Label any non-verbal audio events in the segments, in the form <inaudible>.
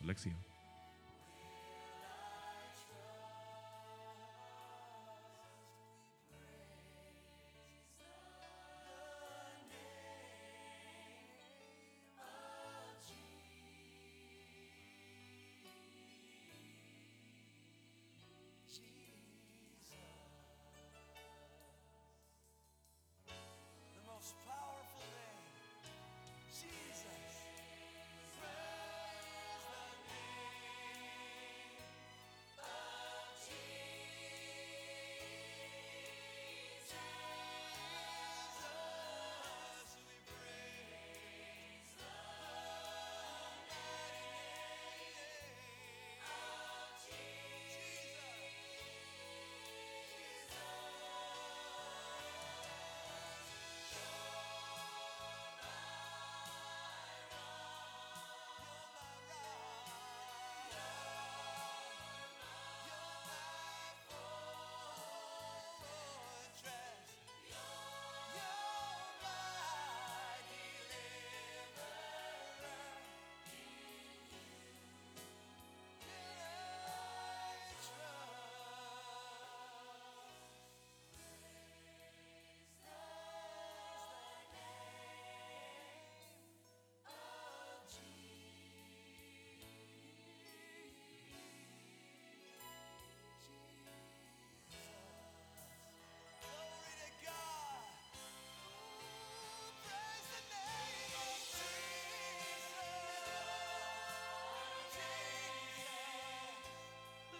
reflexión. the most powerful name, Jesus. Glory to God. Praise the name of Jesus.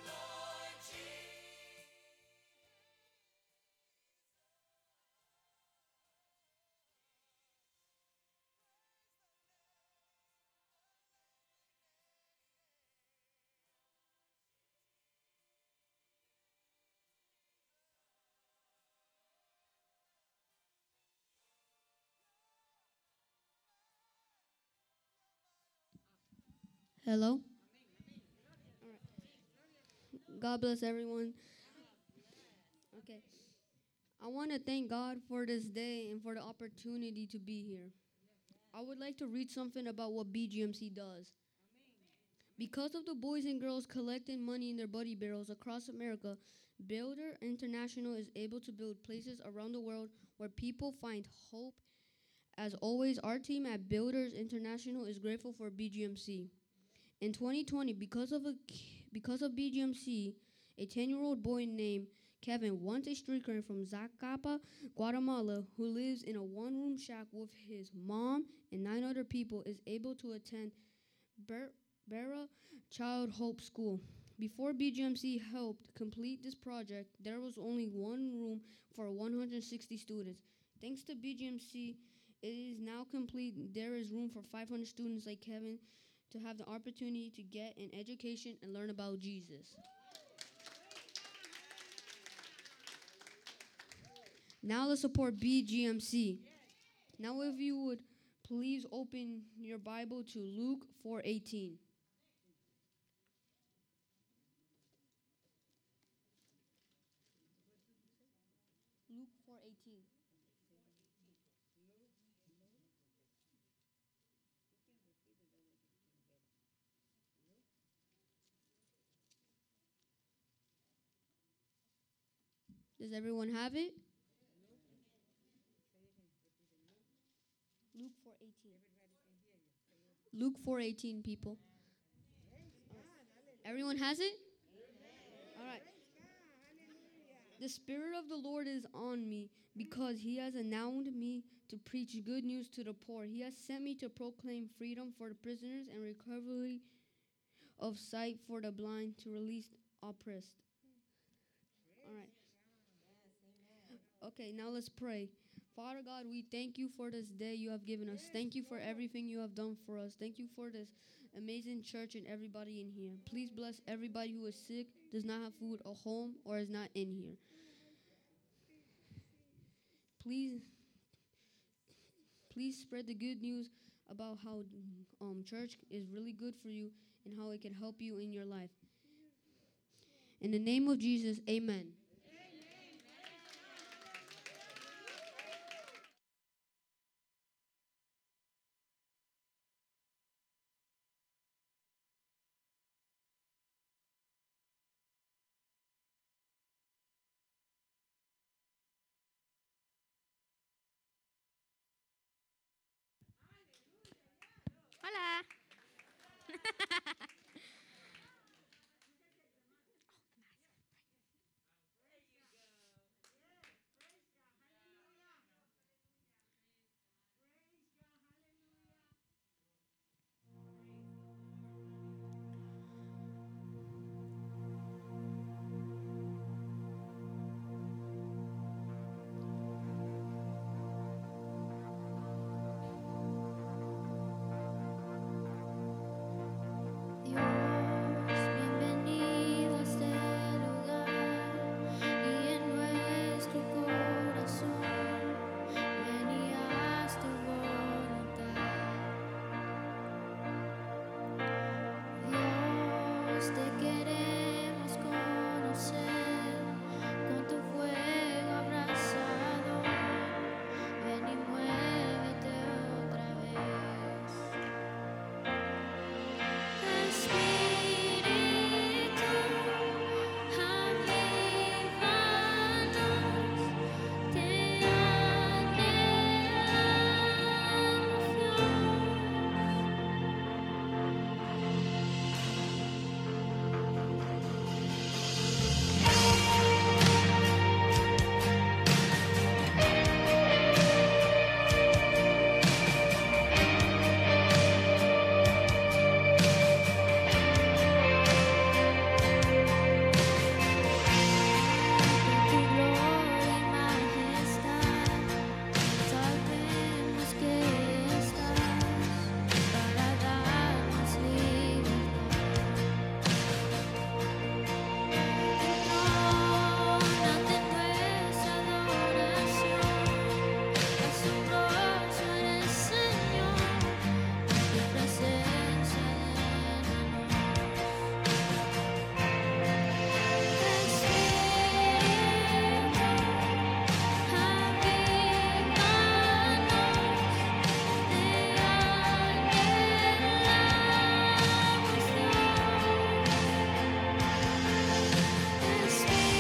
Jesus. Lord Jesus. Hello? Alright. God bless everyone. Okay. I want to thank God for this day and for the opportunity to be here. I would like to read something about what BGMC does. Because of the boys and girls collecting money in their buddy barrels across America, Builder International is able to build places around the world where people find hope. As always, our team at Builders International is grateful for BGMC. In 2020, because of a k- because of BGMC, a 10-year-old boy named Kevin, once a streaker from Zacapa, Guatemala, who lives in a one-room shack with his mom and nine other people, is able to attend Ber- Bera Child Hope School. Before BGMC helped complete this project, there was only one room for 160 students. Thanks to BGMC, it is now complete. There is room for 500 students like Kevin to have the opportunity to get an education and learn about Jesus. Now let's support BGMC. Now if you would please open your Bible to Luke 4:18. Luke 4:18. Does everyone have it? Luke 4:18. Luke 4:18 people. Everyone has it? All right. The spirit of the Lord is on me because he has anointed me to preach good news to the poor. He has sent me to proclaim freedom for the prisoners and recovery of sight for the blind to release oppressed. All right. Okay, now let's pray. Father God, we thank you for this day you have given us. Thank you for everything you have done for us. Thank you for this amazing church and everybody in here. Please bless everybody who is sick, does not have food or home, or is not in here. Please, please spread the good news about how um, church is really good for you and how it can help you in your life. In the name of Jesus, amen. este Dios te queremos conocer, con tu fuego abrazador, ven y muévete otra vez. Espíritu, avívanos, te anhelamos, Dios. Espíritu, oh,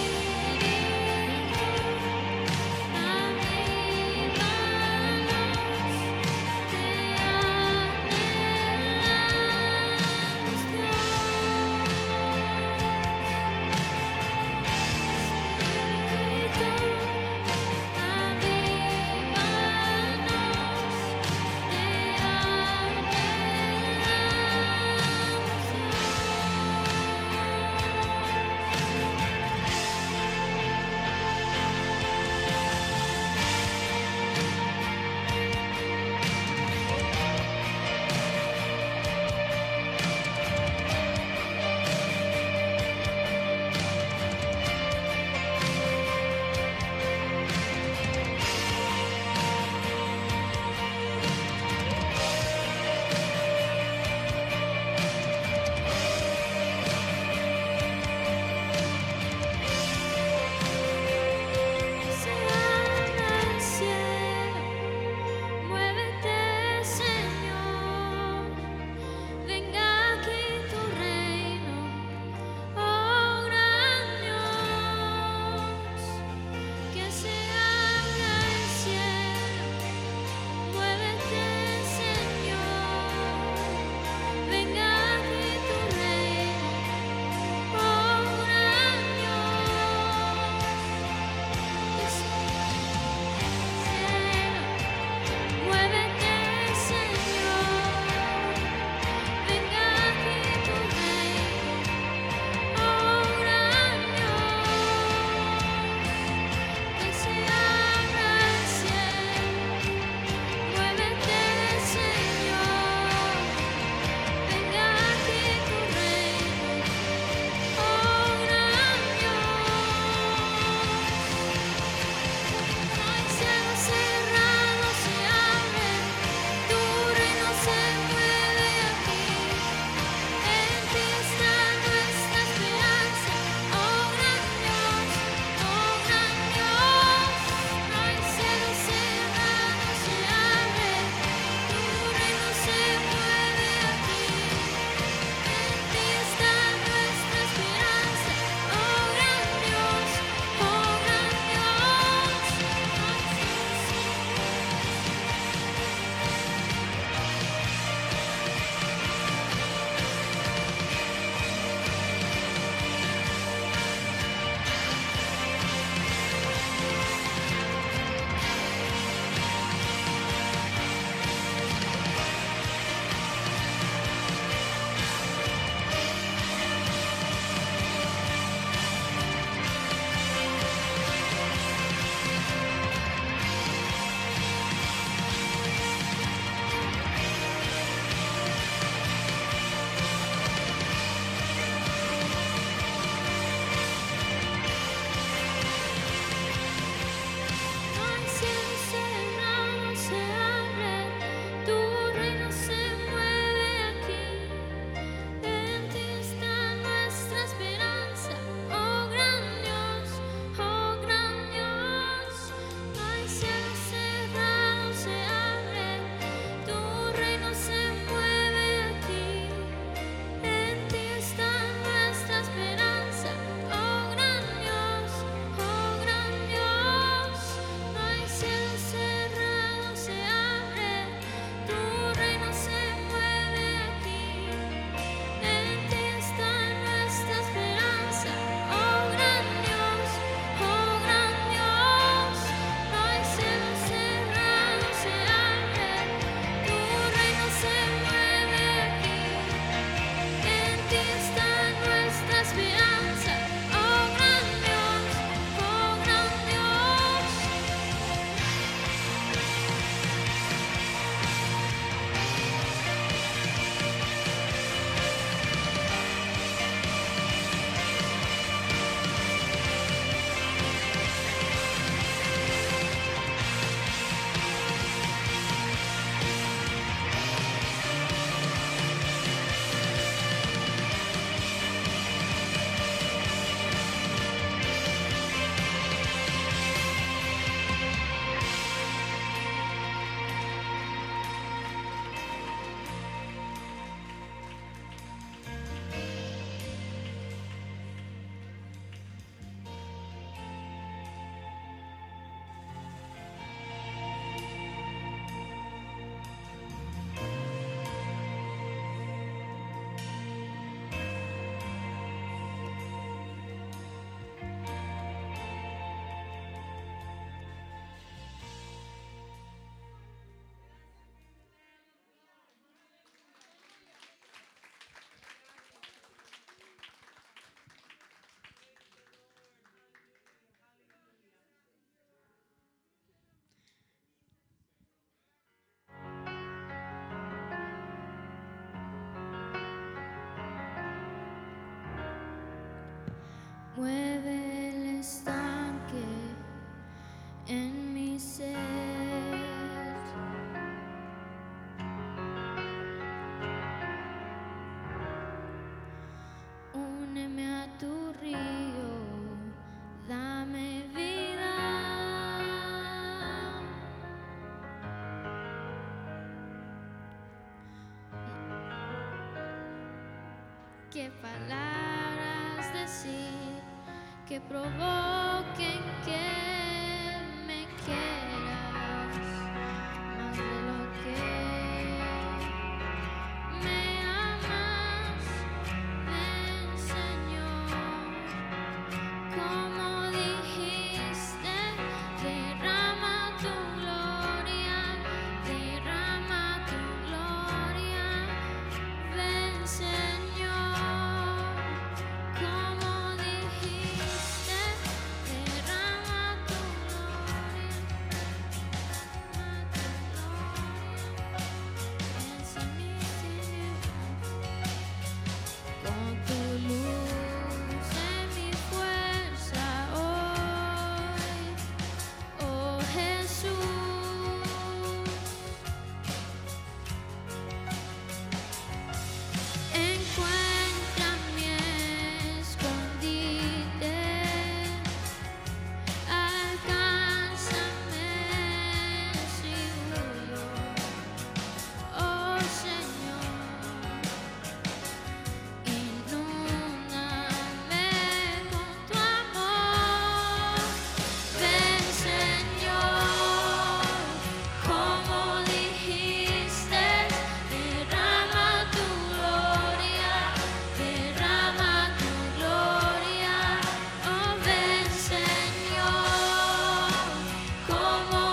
Oh, Oh, Oh, Mueve el estanque en mi ser. Úneme a tu río, dame vida. Qué palabras decir que provoquen que me quieras más de lo que me amas, ven Señor, como dijiste, derrama tu gloria, derrama tu gloria. Ven Señor, como dijiste, derrama tu gloria, oh Oh, oh,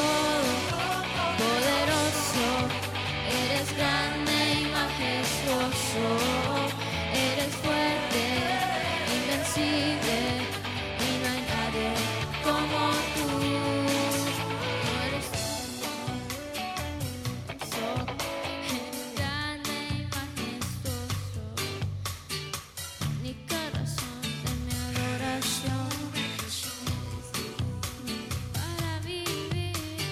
todo poderoso, eres grande y majestuoso, eres fuerte, invencible y no hay nadie como tú. Tú eres poderoso, eres grande y majestuoso. Mi corazón de mi adoración Para vivir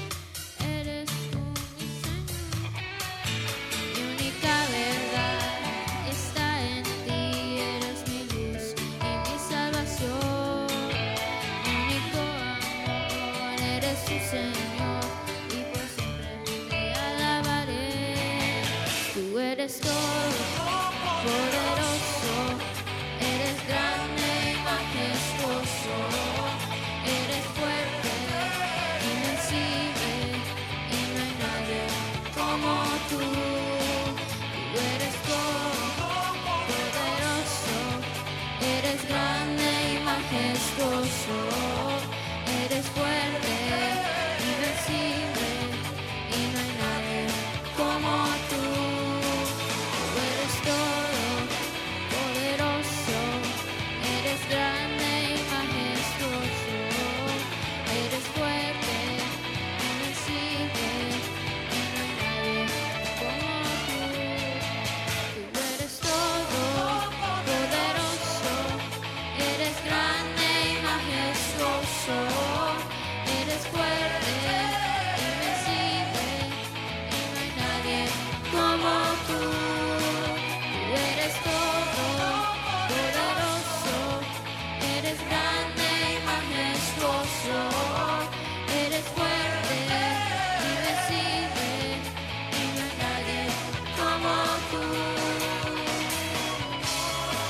eres tú mi Señor Mi única verdad está en ti Eres mi luz y mi salvación Mi único amor eres tu Señor Y por siempre te alabaré Tú eres todo poderoso Eres grande y majestuoso, eres fuerte, invencible y no hay nadie como tú. Tú eres todo poderoso, eres grande y majestuoso, eres fuerte, invencible y no hay nadie como tú. Tú eres todo poderoso, eres grande y majestuoso, eres fuerte, invencible, y no hay nadie como tú. Tú eres todo poderoso, eres grande y majestuoso, eres fuerte, invencible, y no hay nadie como tú. Tú eres todo poderoso, eres grande y majestuoso, eres fuerte, invencible, y no hay nadie como tú.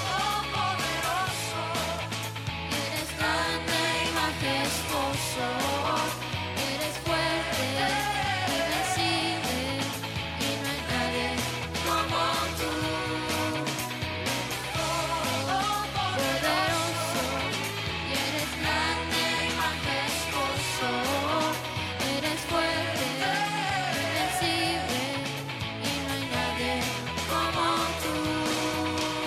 Todo Oh, poderoso, eres grande y majestuoso, eres fuerte, invencible, y no hay nadie como tú. Poderoso, y eres grande y majestuoso, eres fuerte, invencible, y no hay nadie como tú.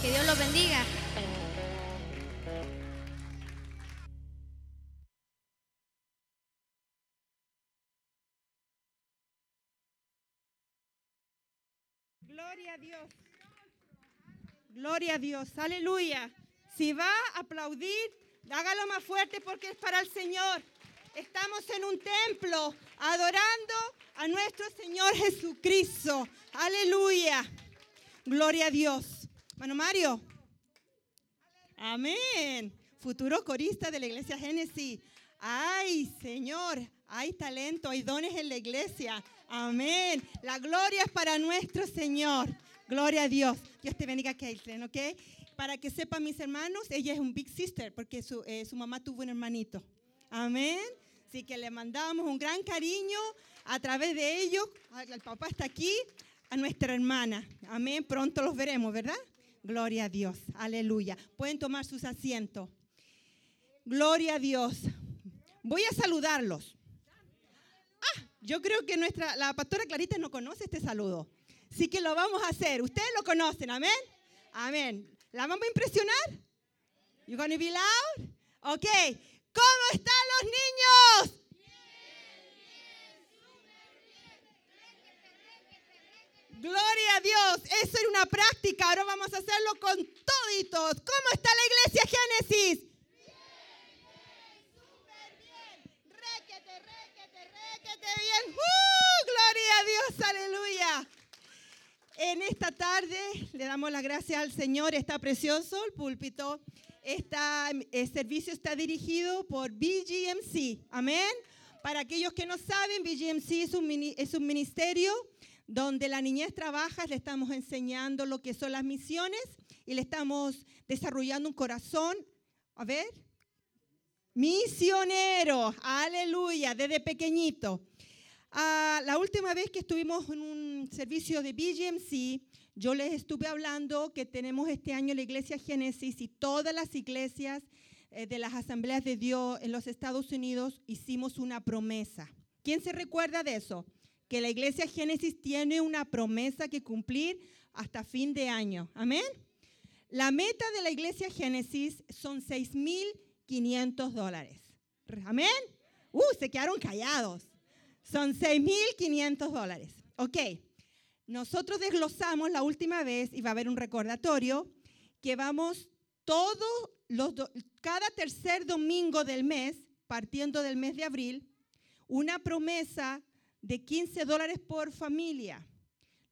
Que Dios los bendiga. Gloria a Dios. Gloria a Dios. Aleluya. Si va a aplaudir, hágalo más fuerte porque es para el Señor. Estamos en un templo adorando a nuestro Señor Jesucristo. Aleluya. Gloria a Dios. Mano Mario. Amén. Futuro corista de la iglesia Génesis. Ay, Señor, hay talento, hay dones en la iglesia. Amén. La gloria es para nuestro Señor. Gloria a Dios. Dios te bendiga, Caitlin, ¿ok? Para que sepan mis hermanos, ella es un big sister porque su, eh, su mamá tuvo un hermanito. Amén. Así que le mandamos un gran cariño a través de ellos. El papá está aquí, a nuestra hermana. Amén. Pronto los veremos, ¿verdad? Gloria a Dios. Aleluya. Pueden tomar sus asientos. Gloria a Dios. Voy a saludarlos. Ah, yo creo que nuestra, la pastora Clarita no conoce este saludo. Así que lo vamos a hacer. Ustedes lo conocen, amén. Amén. ¿La vamos a impresionar? You gonna be loud? Ok. ¿Cómo están los niños? Gloria a Dios. Eso era una práctica. Ahora vamos a hacerlo con toditos. ¿Cómo está la iglesia Génesis? Réquete, réquete, réquete bien. ¡Uh! Gloria a Dios, aleluya. En esta tarde le damos las gracias al Señor. Está precioso el púlpito. Este servicio está dirigido por BGMC. Amén. Para aquellos que no saben, BGMC es un, mini- es un ministerio donde la niñez trabaja. Le estamos enseñando lo que son las misiones y le estamos desarrollando un corazón. A ver, Misioneros, aleluya, desde pequeñito. Ah, la última vez que estuvimos en un servicio de BGMC, yo les estuve hablando que tenemos este año la iglesia Génesis y todas las iglesias eh, de las asambleas de Dios en los Estados Unidos hicimos una promesa. ¿Quién se recuerda de eso? Que la iglesia Génesis tiene una promesa que cumplir hasta fin de año. Amén. La meta de la iglesia Génesis son 6.500 dólares. Amén. Uh, se quedaron callados. Son 6.500 dólares. Ok. Nosotros desglosamos la última vez y va a haber un recordatorio que vamos todos los do- cada tercer domingo del mes, partiendo del mes de abril, una promesa de 15 dólares por familia.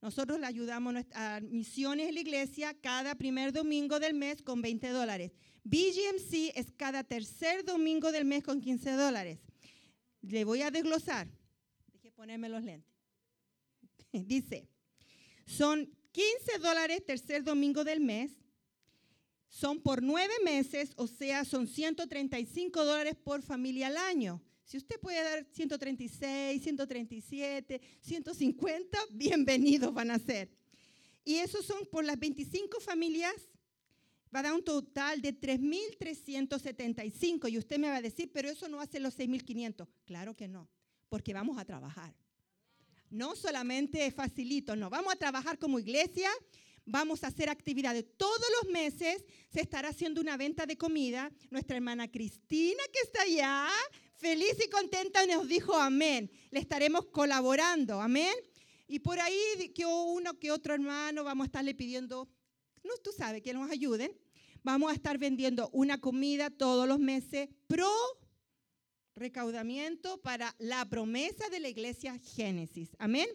Nosotros le ayudamos a nuestra- a misiones en la iglesia cada primer domingo del mes con 20 dólares. BGMC es cada tercer domingo del mes con 15 dólares. Le voy a desglosar. Dejé ponerme los lentes. <laughs> Dice, son 15 dólares tercer domingo del mes. Son por nueve meses, o sea, son 135 dólares por familia al año. Si usted puede dar 136, 137, 150, <laughs> bienvenidos van a ser. Y esos son por las 25 familias, va a dar un total de 3.375. Y usted me va a decir, pero eso no hace los 6.500. Claro que no, porque vamos a trabajar. No solamente facilito, no, vamos a trabajar como iglesia, vamos a hacer actividades. Todos los meses se estará haciendo una venta de comida. Nuestra hermana Cristina, que está allá, feliz y contenta, nos dijo amén. Le estaremos colaborando, amén. Y por ahí di- que uno que otro hermano vamos a estarle pidiendo, no, tú sabes, que nos ayuden. Vamos a estar vendiendo una comida todos los meses pro recaudamiento para la promesa de la iglesia Génesis. Amén.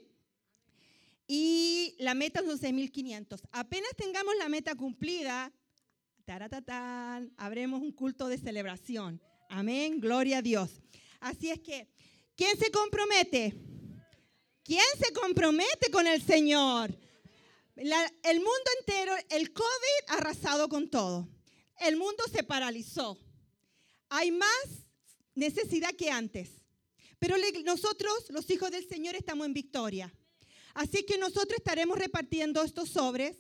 Y la meta son 6.500. Apenas tengamos la meta cumplida, taratatán, habremos un culto de celebración. Amén, gloria a Dios. Así es que, ¿quién se compromete? ¿Quién se compromete con el Señor? La- el mundo entero, el COVID ha arrasado con todo. El mundo se paralizó. Hay más necesidad que antes. Pero la ig- nosotros, los hijos del Señor, estamos en victoria. Así que nosotros estaremos repartiendo estos sobres.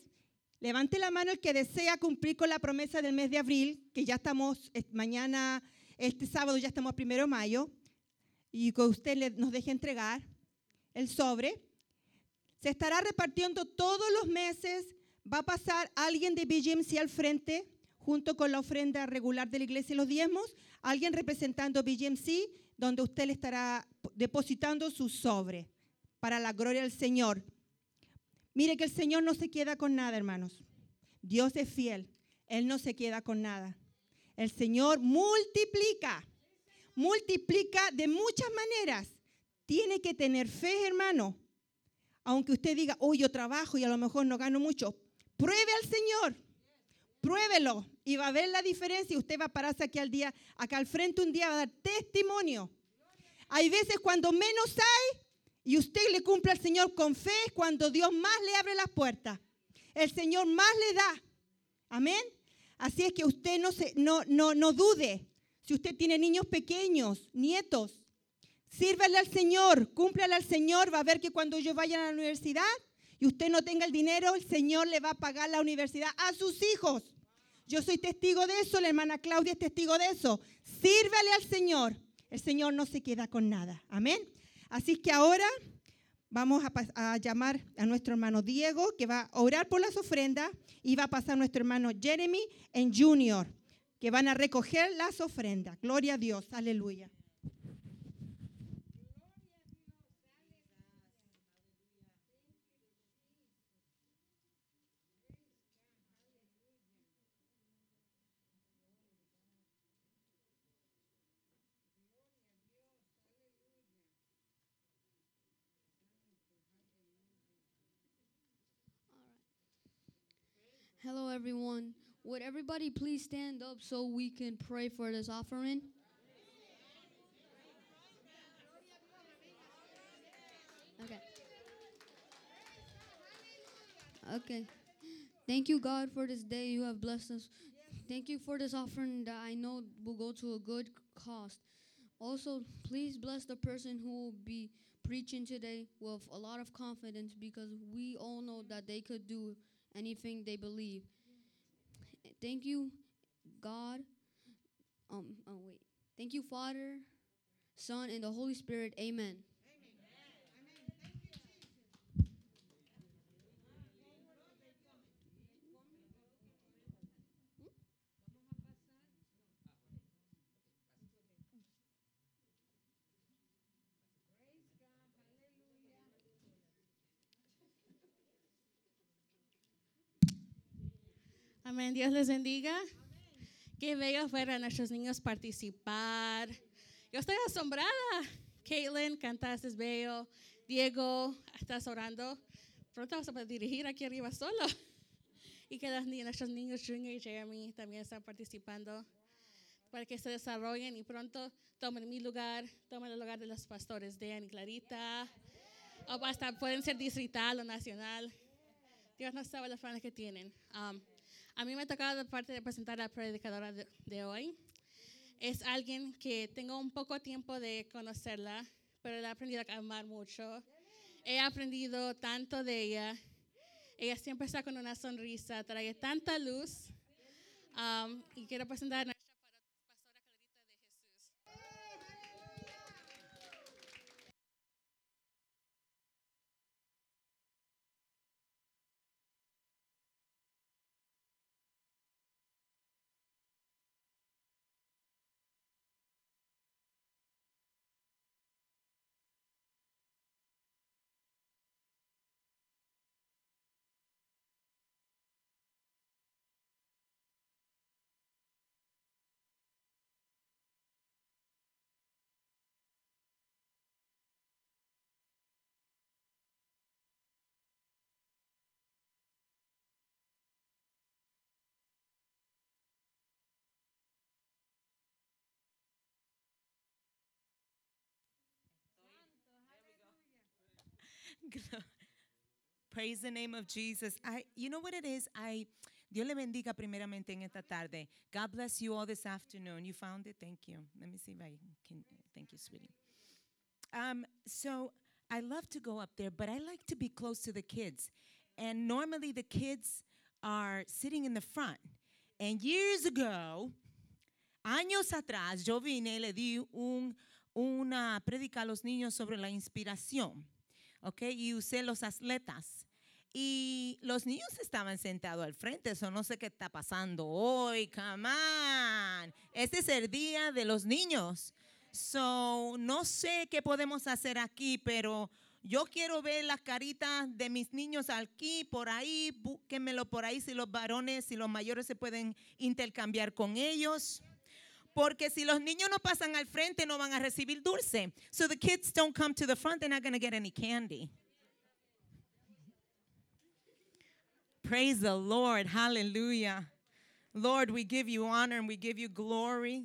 Levante la mano el que desea cumplir con la promesa del mes de abril, que ya estamos, eh, mañana, este sábado ya estamos a primero de mayo, y que usted le- nos deje entregar el sobre. Se estará repartiendo todos los meses. Va a pasar alguien de BGMC al frente, junto con la ofrenda regular de la iglesia y los diezmos. Alguien representando BGMC, donde usted le estará depositando su sobre para la gloria del Señor. Mire que el Señor no se queda con nada, hermanos. Dios es fiel. Él no se queda con nada. El Señor multiplica. Multiplica de muchas maneras. Tiene que tener fe, hermano aunque usted diga, oh, yo trabajo y a lo mejor no gano mucho, pruebe al Señor, pruébelo y va a ver la diferencia y usted va a pararse aquí al día, acá al frente un día va a dar testimonio. Hay veces cuando menos hay y usted le cumple al Señor con fe, es cuando Dios más le abre las puertas, el Señor más le da. Amén. Así es que usted no, se, no, no, no dude. Si usted tiene niños pequeños, nietos, Sírvale al Señor, cúmplale al Señor. Va a ver que cuando yo vaya a la universidad y usted no tenga el dinero, el Señor le va a pagar la universidad a sus hijos. Yo soy testigo de eso, la hermana Claudia es testigo de eso. Sírvale al Señor. El Señor no se queda con nada. Amén. Así que ahora vamos a, pas- a llamar a nuestro hermano Diego, que va a orar por las ofrendas, y va a pasar nuestro hermano Jeremy en Junior, que van a recoger las ofrendas. Gloria a Dios. Aleluya. Hello, everyone. Would everybody please stand up so we can pray for this offering? Okay. Okay. Thank you, God, for this day you have blessed us. Thank you for this offering that I know will go to a good cost. Also, please bless the person who will be preaching today with a lot of confidence because we all know that they could do anything they believe. Thank you, God. Um, oh, wait. Thank you, Father, Son, and the Holy Spirit. Amen. Amén. Dios les bendiga. Qué bello ver a nuestros niños participar. Yo estoy asombrada. Caitlin, cantaste bello. Diego, estás orando. Pronto vas a dirigir aquí arriba solo. Y que los ni- nuestros niños, Junior y Jeremy, también están participando para que se desarrollen y pronto tomen mi lugar, tomen el lugar de los pastores, Dan y Clarita. O hasta pueden ser distrital o nacional. Dios no sabe los planes que tienen. Um, a mí me ha tocado de parte de presentar a la predicadora de, de hoy. Es alguien que tengo un poco tiempo de conocerla, pero la he aprendido a amar mucho. He aprendido tanto de ella. Ella siempre está con una sonrisa, trae tanta luz. Um, y quiero presentar a nuestra pastora Clarita de Jesús. Glo- <laughs> Praise the name of Jesus. I, you know what it is? I, Dios le bendiga primeramente en esta tarde. God bless you all this afternoon. You found it? Thank you. Let me see if I can. Thank you, sweetie. Um, so I love to go up there, but I like to be close to the kids. And normally the kids are sitting in the front. And years ago, años atrás, yo vine y le di un, una predica a los niños sobre la inspiración. ¿ok? Y usé los atletas. Y los niños estaban sentados al frente, eso no sé qué está pasando hoy, come on. Este es el día de los niños. So, no sé qué podemos hacer aquí, pero yo quiero ver las caritas de mis niños aquí, por ahí, búsquenmelo por ahí, si los varones, si los mayores se pueden intercambiar con ellos. Porque si los niños no pasan al frente, no van a recibir dulce. So the kids don't come to the front, they're not going to get any candy. Praise the Lord. Hallelujah. Lord, we give you honor and we give you glory.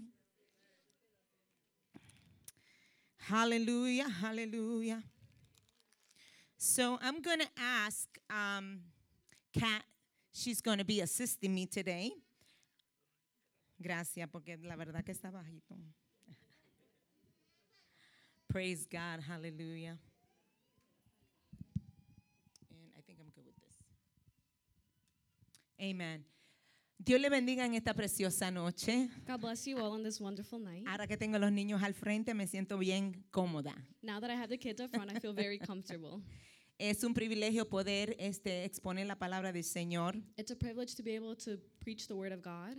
Hallelujah. Hallelujah. So I'm going to ask um, Kat, she's going to be assisting me today. Gracias, porque la verdad que está bajito. Praise God, hallelujah. And I think I'm good with this. Amen. Dios le bendiga en esta preciosa noche. God bless you all on this wonderful night. Ahora que tengo los niños al frente, me siento bien cómoda. Now that I have the kids up front, I feel very <laughs> comfortable. Es un privilegio poder este, exponer la palabra del Señor. It's a privilege to be able to preach the Word of God.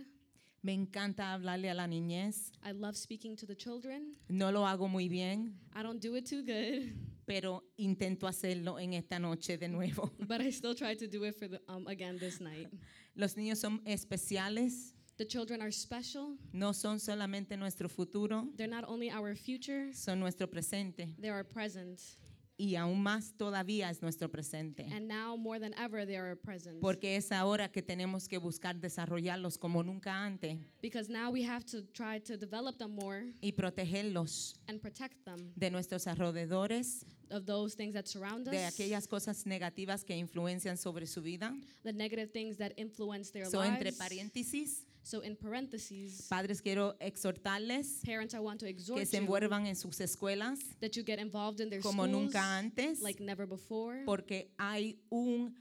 Me encanta hablarle a la niñez. I love speaking to the children. No lo hago muy bien, I don't do it too good, pero intento hacerlo en esta noche de nuevo. but I still try to do it for the, um, again this night. Los niños son especiales, The children are special. no son solamente nuestro futuro, They're not only our future, son nuestro presente they're our present. y aún más todavía es nuestro presente. And now more than ever, they are our present. Porque es ahora que tenemos que buscar desarrollarlos como nunca antes Because now we have to try to develop them more y protegerlos and protect them de nuestros alrededores, of those things that surround us, de aquellas cosas negativas que influencian sobre su vida. the negative things that influence their So, lives. entre paréntesis, So, in parentheses, Padres, quiero exhortarles parents, I want to que exhort se you envuelvan en sus escuelas that you get involved in their como schools nunca antes, like never before porque hay un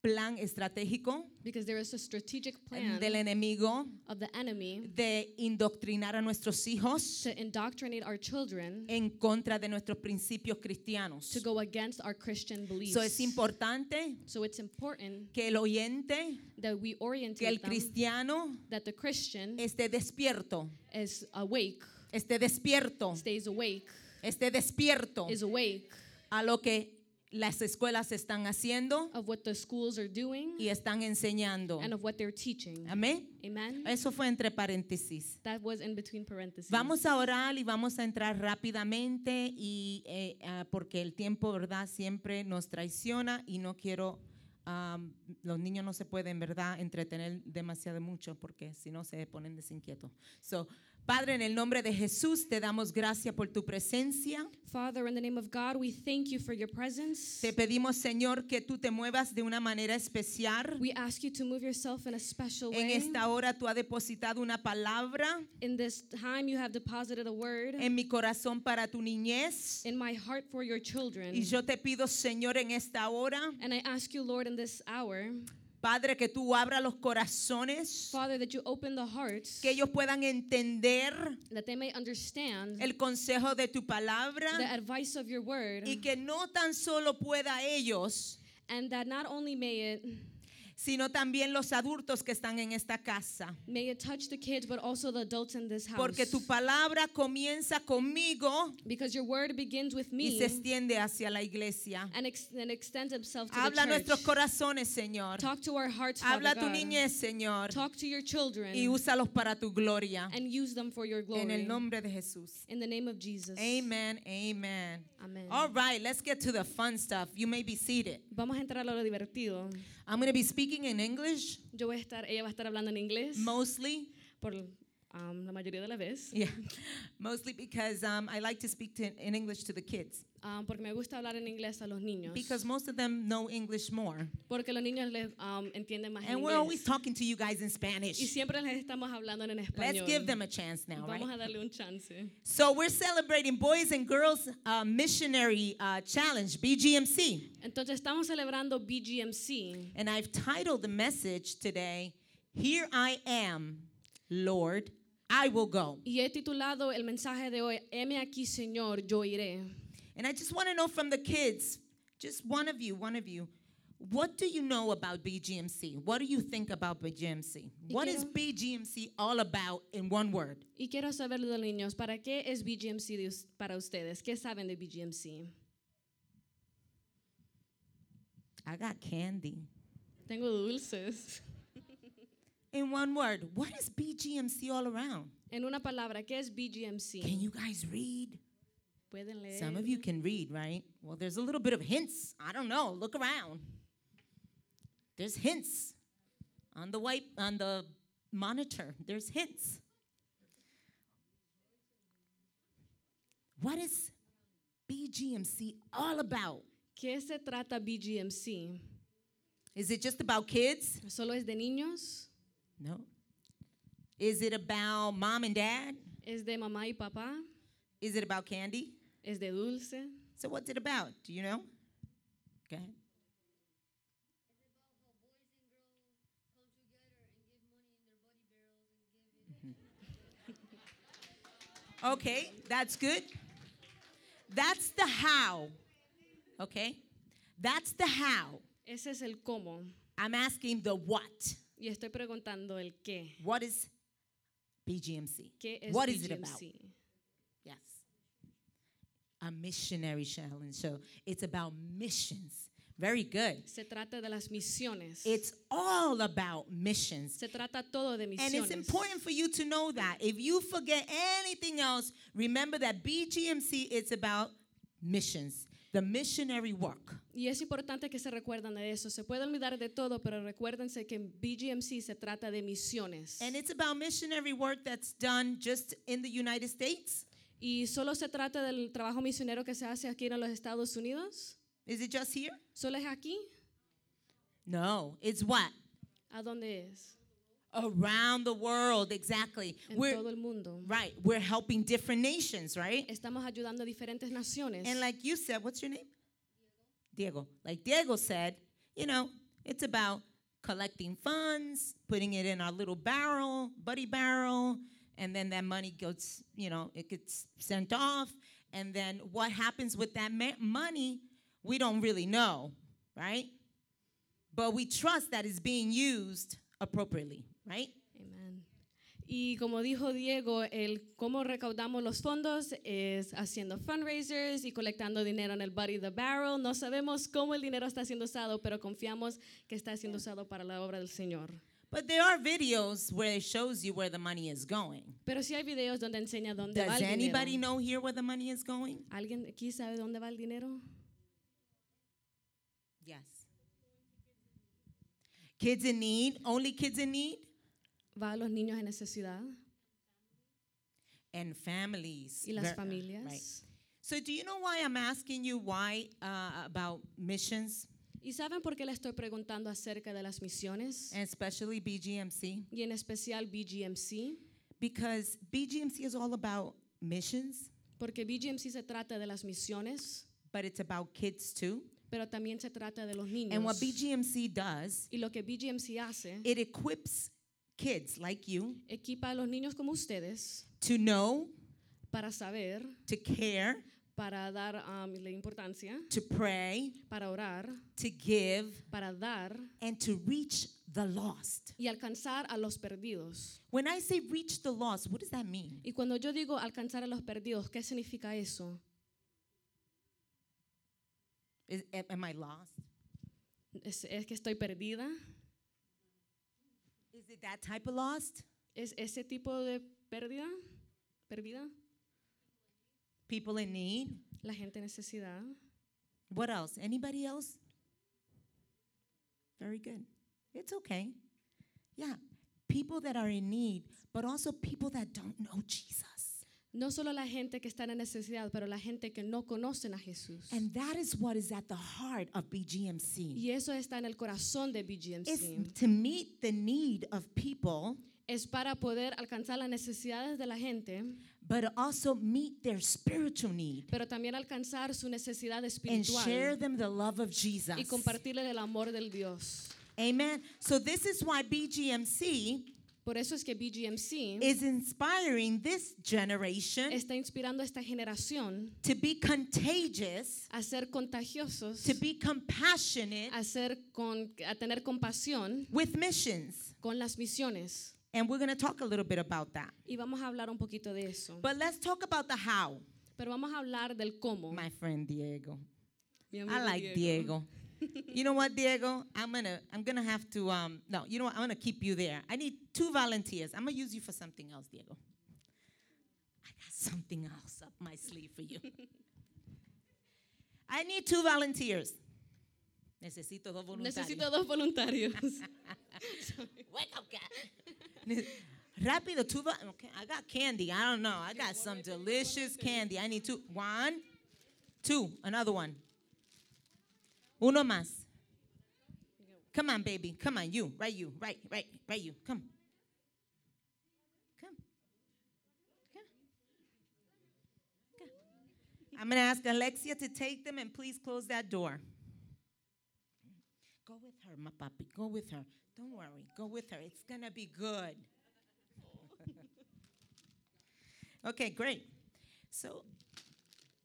plan estratégico because there is a strategic plan del enemigo of the enemy de indoctrinar a nuestros hijos to indoctrinate our children en contra de nuestros principios cristianos. to go against our Christian beliefs. So, es importante So it's important que el oyente, that we que el orientate them, cristiano that the Christian esté despierto, is awake, esté despierto, stays awake, esté despierto is awake a lo que las escuelas están haciendo of what the schools are doing y están enseñando. and of what they're teaching. Amén. Amen. Eso fue entre paréntesis. That was in between parentheses. Vamos a orar y vamos a entrar rápidamente y eh, ah, porque el tiempo, verdad, siempre nos traiciona y no quiero am, los niños no se pueden, verdad, entretener demasiado mucho porque si no se ponen desinquietos. So, Padre, en el nombre de Jesús te damos gracias por tu presencia. Father, in the name of God, we thank you for your presence. Te pedimos, Señor, que tú te muevas de una manera especial. We ask you to move yourself in a special En way. esta hora tú has depositado una palabra In this time, you have deposited a word en mi corazón para tu niñez. in my heart for your children. Y yo te pido, Señor, en esta hora, And I ask you, Lord, in this hour, Padre, que tú abras los corazones, Father, that you open the hearts que ellos puedan entender that they may understand el consejo de tu the palabra advice of your word y que no tan solo pueda ellos, and that not only may it sino también los adultos que están en esta casa. may it touch the kids but also the adults in this house Porque tu palabra comienza conmigo because your word begins with y me se extiende hacia la iglesia. and, ex- and extends itself to Habla a the nuestros church corazones, Señor. talk to our hearts Habla a Father tu God. niñez, Señor. talk to your children Y úsalos para tu gloria. and use them for your glory En el nombre de Jesús. in the name of Jesus Amen, amen. Amen. All right, let's get to the fun stuff. You may be seated. vamos a entrar a lo divertido I'm going to be speaking in English yo voy a estar ella va a estar hablando en inglés mostly. por um, la mayoría de las veces Yeah, <laughs> mostly because um, I like to speak to, in English to the kids um, porque me gusta hablar en inglés a los niños because most of them know English more. porque los niños les um, entienden más en And we're inglés always talking to you guys in Y Spanish. siempre les estamos hablando en español. Let's give them a chance now, right? Vamos a darle un chance. So we're celebrating Boys and Girls uh, Missionary uh, Challenge, BGMC. Entonces estamos celebrando BGMC And I've titled the message today, Here I Am, Lord, I Will Go. y he titulado el mensaje de hoy, Heme aquí Señor, yo iré. And I just want to know from the kids, just one of you, one of you, what do you know about BGMC? What do you think about BGMC? What is quiero- BGMC all about in one word? Y quiero saber de los niños, ¿para qué es BGMC de us- para ustedes? ¿Qué saben de BGMC? I got candy. Tengo dulces. In one word, what is BGMC all around? En una palabra, ¿qué es Can BGMC? you guys read? Pueden leer. Some of you can read, right? Well, there's a little bit of hints. I don't know. Look around. There's hints on the white on the monitor. There's hints. What is BGMC all about? ¿Qué se trata BGMC? Is it just about kids? ¿Solo es de niños? No. Is it about mom and dad? ¿Es de mamá y papá? Is it about candy? ¿Es de dulce? So what's it about? Do you know? <laughs> Go ahead. Okay, that's good. That's the how. Okay? That's the how. Ese es el cómo. I'm asking the what. Y estoy preguntando el qué. What is BGMC? ¿Qué es What BGMC? is it about? Yes. A missionary challenge. So it's about missions. Very good. Se trata de las misiones. It's all about missions. Se trata todo de misiones. And it's important for you to know that. If you forget anything else, remember that BGMC is about missions, the missionary work. Y es importante que se recuerden de eso. Se puede olvidar de todo, pero recuérdense que en BGMC se trata de misiones. And it's about missionary work that's done just in the United States. Y solo se trata del trabajo misionero que se hace aquí en los Estados Unidos. Is it just here? ¿Solo es aquí? No, it's what? ¿A dónde es? around the world. Exactly. en We're todo el mundo. right. We're helping different nations, right? Estamos ayudando a diferentes naciones. And like you said, what's your name? Diego. Like Diego said, you know, it's about collecting funds, putting it in our little barrel, buddy barrel, and then that money goes, you know, it gets sent off. And then what happens with that ma- money, we don't really know, right? But we trust that it's being used appropriately, right? Amén. Y como dijo Diego, el cómo recaudamos los fondos es haciendo fundraisers y colectando dinero en el Buddy the Barrel. No sabemos cómo el dinero está siendo usado, pero confiamos que está siendo usado para la obra del Señor. But there are videos where it shows you where the money is going. Pero sí hay videos donde enseña dónde va Does el anybody dinero. know here where the money is going? ¿Alguien aquí sabe dónde va el dinero? Yes. Kids in need, only kids in need, Va a los niños en necesidad and families. y las Ver- familias. right. So, do you know why I'm asking you why uh, about missions, ¿Y saben por qué le estoy preguntando acerca de las misiones? and especially BGMC? Y en especial BGMC, Because BGMC is all about missions, porque BGMC se trata de las misiones. but it's about kids too. pero también se trata de los niños. And what BGMC does, y lo que BGMC hace, it equips kids like you equipa a los niños como ustedes to know, para saber, to care, para dar um, la importancia, to pray, para orar, to give, para dar and to reach the lost. y alcanzar a los perdidos. When I say reach the lost, what does that mean? Y cuando yo digo alcanzar a los perdidos, ¿qué significa eso? Is, am- am I lost? ¿Es, es que estoy perdida? Is it that type of lost? ¿Es ese tipo de pérdida? ¿Perdida? People in need? La gente en necesidad. What else? Anybody else? Very good. It's okay. Yeah. People that are in need, but also people that don't know Jesus. No solo la gente que está en necesidad, pero la gente que no conocen a Jesús. And that is what is at the heart of BGMC. Y eso está en el corazón de BGMC. It's to meet the need of people, es para poder alcanzar las necesidades de la gente, but also meet their spiritual need pero también alcanzar su necesidad and share espiritual them the love of y Jesus. compartirle el amor del Dios. Amen. So this is why BGMC Por eso es que BGMC is inspiring this generation está inspirando a esta generación to be contagious, a ser contagiosos, to be compassionate a, ser con, a tener compasión with missions. con las misiones. And we're going to talk a little bit about that. Y vamos a hablar un poquito de eso. But let's talk about the how, Pero vamos a hablar del cómo. my friend Diego. Mi I amigo like Diego. you know what, Diego? I'm going to I'm going to have to um no, you know what? I'm going to keep you there. I need two volunteers. I'm going to use you for something else, Diego. I got something else up my sleeve for you. I need two volunteers. Necesito dos voluntarios. Necesito dos voluntarios. <laughs> Wake up, God. <laughs> Rápido, two. vo- Okay, I got candy. I don't know. I got some delicious candy. I need two. One, two. Another one. Uno más. Come on, baby. Come on, you. Right, you. Right, right, right, you. Come. Come. Come. Come. I'm going to ask Alexia to take them and please close that door. Go with her, my papi. Go with her. Don't worry. Go with her. It's going to be good. <laughs> okay, great. So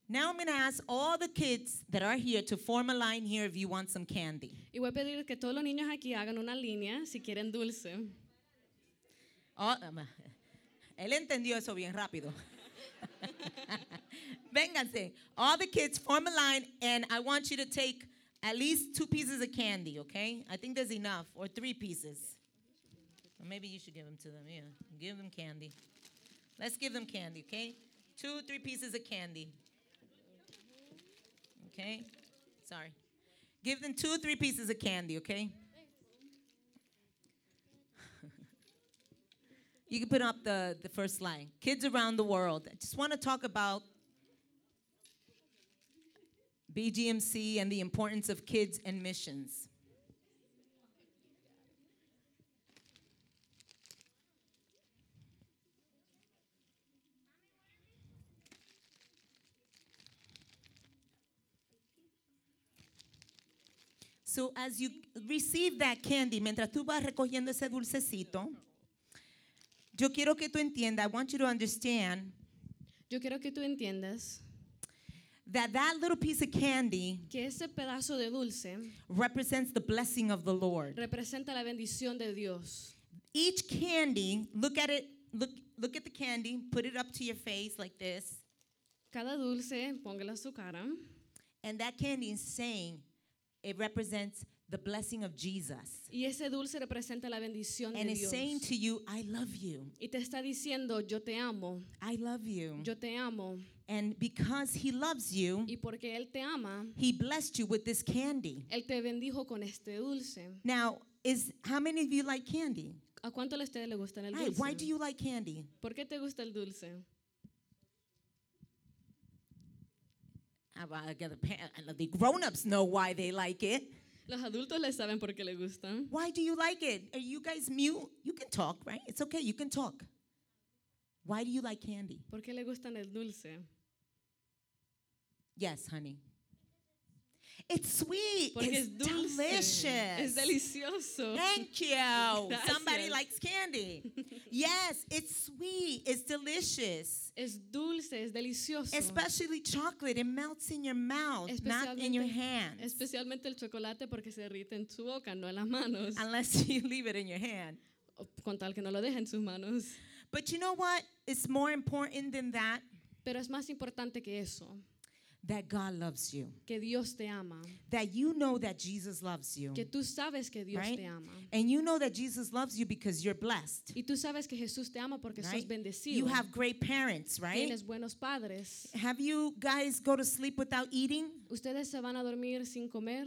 now I'm going to ask all the kids that are here to form a line here if you want some candy. y voy a pedir que todos los niños aquí hagan una línea si quieren dulce. Oh, um, él entendió eso bien rápido. <laughs> Vénganse. All the kids form a line, and I want you to take at least two pieces of candy, okay? I think there's enough, or three pieces. Or maybe you should give them to them, yeah. Give them candy. Let's give them candy, okay? Two, three pieces of candy. Okay? Sorry. Give them two, three pieces of candy, okay? You can put up the, the first line. Kids around the world. I just want to talk about BGMC and the importance of kids and missions. So as you receive that candy, mientras tú vas recogiendo ese dulcecito, yo quiero que tú entiendas, I want you to understand Yo quiero que tú entiendas that that little piece of candy que ese pedazo de dulce represents the blessing of the Lord. representa la bendición de Dios. Each candy, look at it, look look at the candy, put it up to your face like this, Cada dulce, póngala a su cara. and that candy is saying it represents the blessing of Jesus. Y ese dulce representa la bendición And de it's Dios. saying to you, I love you. Y te está diciendo, yo te amo, I love you. yo te amo. And because he loves you, Y porque Él te ama, he blessed you with this candy. Él te bendijo con este dulce. Now, is how many of you like candy? ¿A cuánto a ustedes le gusta el Ay, dulce? why do you like candy? ¿Por qué te gusta el dulce? I- I get a pa- I love The grown-ups know why they like it. Los adultos le saben por qué le gustan. Why do you like it? Are you guys mute? You can talk, right? It's okay. You can talk. Why do you like candy? ¿Por qué le gustan el dulce? Yes, honey. It's sweet. Porque it's es dulce. delicious. Es delicioso. Thank you. Somebody <laughs> Gracias. likes candy. yes, it's sweet. It's delicious. Es dulce, es delicioso. Especially chocolate, it melts in your mouth, not in your Especialmente- hand. Especialmente el chocolate porque se derrite en su boca, no en las manos. Unless <laughs> you leave it in your hand. O Con tal que no lo deje en sus manos. But you know what? It's more important than that Pero es más importante que eso, that God loves you, que Dios te ama, that you know that Jesus loves you, que tú sabes que Dios right? te ama. And you know that Jesus loves you because you're blessed. Y tú sabes que Jesús te ama porque right? sos bendecido. You have great parents, right? Tienes buenos padres. Have you guys go to sleep without eating? ¿Ustedes se van a dormir sin comer?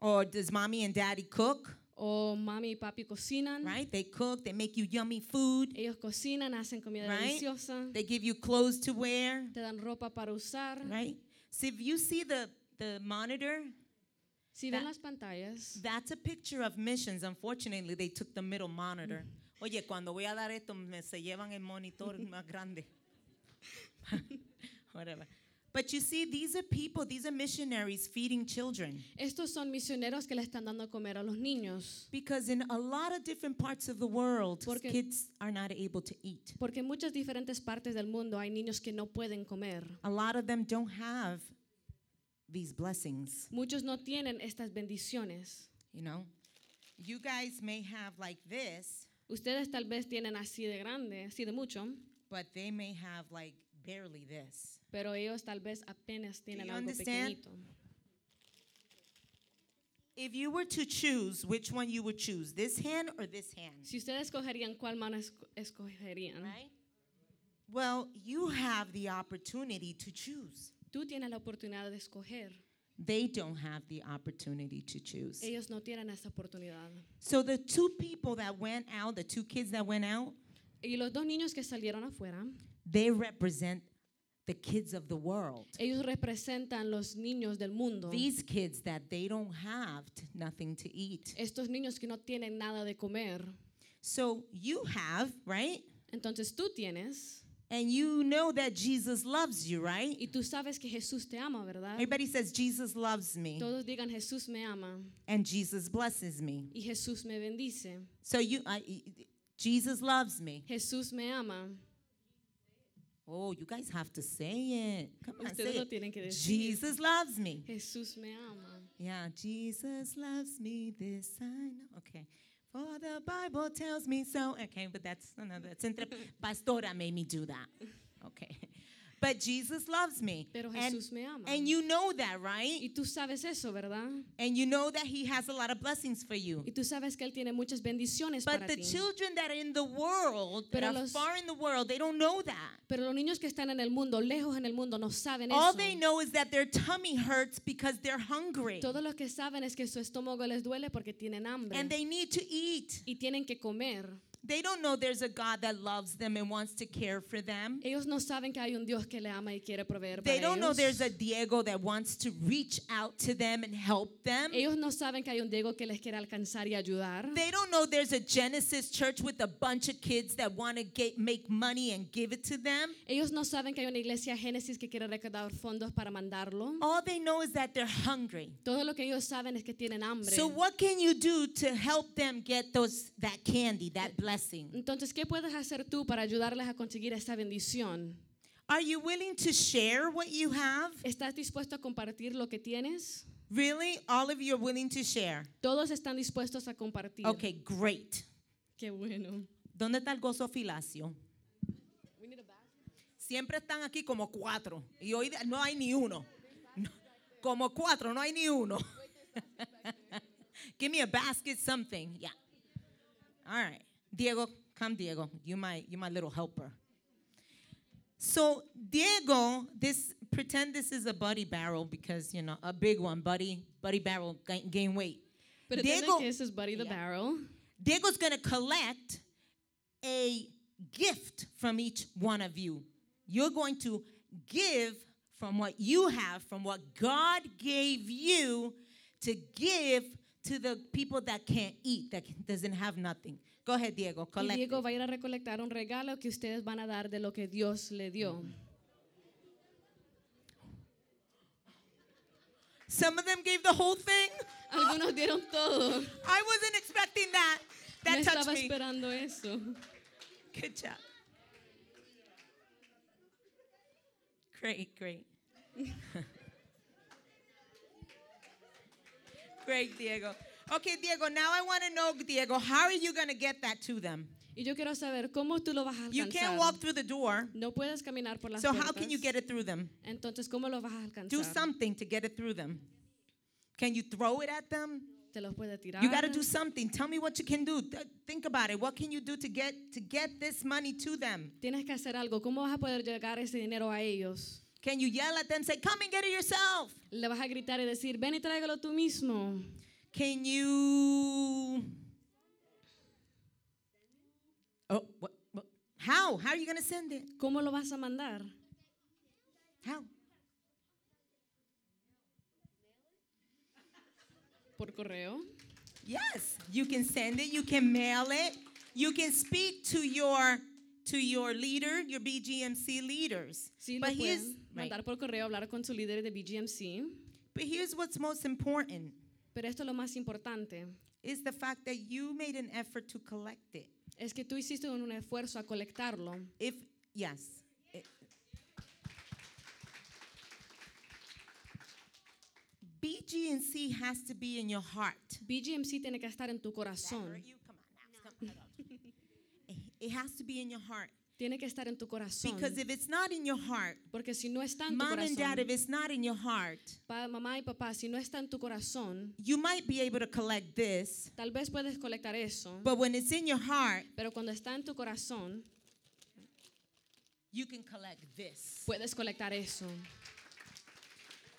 Or does mommy and daddy cook? ¿O mami y papi cocinan? Right? They cook, they make you yummy food, Ellos cocinan, hacen comida Right. deliciosa, they give you clothes to wear. te dan ropa para usar. right? So if you see the the monitor, Si That- ven las pantallas, that's a picture of missions. Unfortunately, they took the middle monitor. Oye, cuando voy a dar esto, me se llevan el monitor <laughs> más grande. Whatever. But you see, these are people, these are missionaries feeding children. estos son misioneros que le están dando a comer a los niños. Because in a lot of different parts of the world, Porque- kids are not able to eat. Porque en muchas diferentes partes del mundo hay niños que no pueden comer. A lot of them don't have these blessings, Muchos no tienen estas bendiciones. you know? You guys may have like this. Ustedes tal vez tienen así de grande, así de mucho, but they may have like barely this. pero ellos tal vez apenas tienen you algo understand? pequeñito. If you were to choose which one you would choose, this hand or this hand, Si ustedes escogerían, ¿cuál mano esco- escogerían? right? Well, you have the opportunity to choose. Tú tienes la oportunidad de escoger. They don't have the opportunity to choose. Ellos no tienen esa oportunidad. So the two people that went out, the two kids that went out, Y los dos niños que salieron afuera, they represent the kids of the world. ellos representan los niños del mundo. These kids that they don't have t- nothing to eat. Estos niños que no tienen nada de comer. So you have, right? Entonces tú tienes And you know that Jesus loves you, right? y tú sabes que Jesús te ama, ¿verdad? Everybody says, Jesus loves me Todos digan Jesús me ama and Jesus blesses me. y Jesús me bendice. So you, I, I- Jesus loves me. Jesús me ama. Oh, you guys have to say it. Come on, Ustedes say lo it. tienen que decir. Jesus loves me. Jesús me ama. Yeah, Jesus loves me. This I know. Okay. For the Bible tells me so. Okay, but that's no, no, that's <laughs> entre Pastora made me do that. Okay. But Jesus loves me. Pero and, Jesús me ama. and you know that, right? Y tú sabes eso, ¿verdad? And you know that He has a lot of blessings for you. Y tú sabes que Él tiene muchas bendiciones But para the ti. children that are in the world, that Pero are los- far in the world, they don't know that. Pero los niños que están en el mundo, lejos en el mundo, no saben All eso. they know is that their tummy hurts because they're hungry Todo lo que saben es que su estómago les duele porque tienen hambre and they need to eat. y tienen que comer. They don't know there's a God that loves them and wants to care for them. Ellos no saben que hay un Dios que le ama y quiere proveer para They don't know ellos. there's a Diego that wants to reach out to them and help them. Ellos no saben que hay un Diego que les quiere alcanzar y ayudar. They don't know there's a Genesis church with a bunch of kids that want to get make money and give it to them. Ellos no saben que hay una iglesia Génesis que quiere recaudar fondos para mandarlo. All they know is that they're hungry. Todo lo que ellos saben es que tienen hambre. So what can you do to help them get those that candy, Mm. that blessing? Entonces, ¿qué puedes hacer tú para ayudarles a conseguir esta bendición? Are you willing to share what you have? ¿Estás dispuesto a compartir lo que tienes? Really? All of you are willing to share. Todos están dispuestos a compartir. Okay, great. Qué bueno. ¿Dónde está el gozo filacio? Siempre están aquí como cuatro y hoy de- no hay ni uno. No, como cuatro, no hay ni uno. <laughs> Give me a basket, something. Yeah. All right, Diego, come, Diego. You my you my little helper. So Diego, this pretend this is a buddy barrel because you know a big one, buddy buddy barrel gain, gain weight. Pero Diego- Diego, que ese es Buddy the Yeah. Barrel. Diego's going to collect a gift from each one of you. You're going to give from what you have, from what God gave you, to give to the people that can't eat, that doesn't have nothing. Go ahead, Diego. Y Collect. Diego va a ir a recolectar un regalo que ustedes van a dar de lo que Dios le dio. Some of them gave the whole thing. Algunos dieron todo. I wasn't expecting that. no That touched estaba me. esperando eso. Good job. Great, great. <laughs> great, Diego. Okay, Diego, now I want to know, Diego, how are you going to get that to them? Y yo quiero saber cómo tú lo vas a You alcanzar. can't walk through the door. no puedes caminar por las So, puertas. how can you get it through them? Entonces, ¿cómo lo vas a alcanzar? Do something to get it through them. Can you throw it at them? Te los puedes tirar. You got to do something. Tell me what you can do. Th- Think about it. What can you do to get to get this money to them? Tienes que hacer algo. ¿Cómo vas a poder llegar ese dinero a ellos? Can you yell at them? Say, "Come and get it yourself." Le vas a gritar y decir, ven y tráigalo tú mismo. Can you? Oh, what, what? How? How are you going to send it? ¿Cómo lo vas a mandar? How? ¿Por correo? Yes, you can send it. You can mail it. You can speak to your to your leader, your BGMC leaders. Sí, but lo here's pueden right. mandar por correo, hablar con su líder de BGMC. but here's what's most important Pero esto es lo más importante. is the fact that you made an effort to collect it. Es que tú hiciste un esfuerzo a colectarlo. If yes. It- BGNC has to be in your heart. BGMC tiene que estar en tu Hurt corazón. you? Come on now, come on. <laughs> It has to be in your heart. Tiene que estar en tu corazón. Because if it's not in your heart, Porque si no está en tu mom and dad, if corazón, it's not in your heart, pa- mamá y papá, si no está en tu corazón, you might be able to collect this, tal vez puedes colectar eso. but when it's in your heart, Pero cuando está en tu corazón, you can collect this. puedes colectar eso.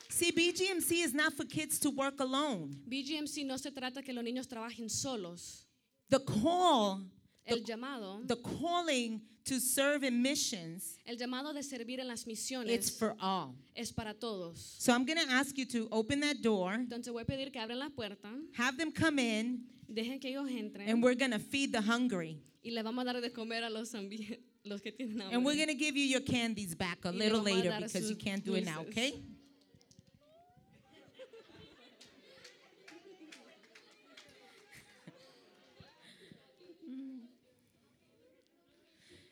See, BGMC is not for kids to work alone. BGMC no se trata que los niños trabajen solos. The call, El llamado, the calling to serve in missions el llamado de servir en las It's misiones for all. es para todos. So I'm going to ask you to open that door, Entonces voy a pedir que abran la puerta, have them come in, dejen que ellos entren and we're going to feed the hungry. y le vamos a dar de comer a los, ambi- los que tienen And we're hambre. going to give you your candies back a le little vamos a later dar because you sus can't do it now, dulces. okay?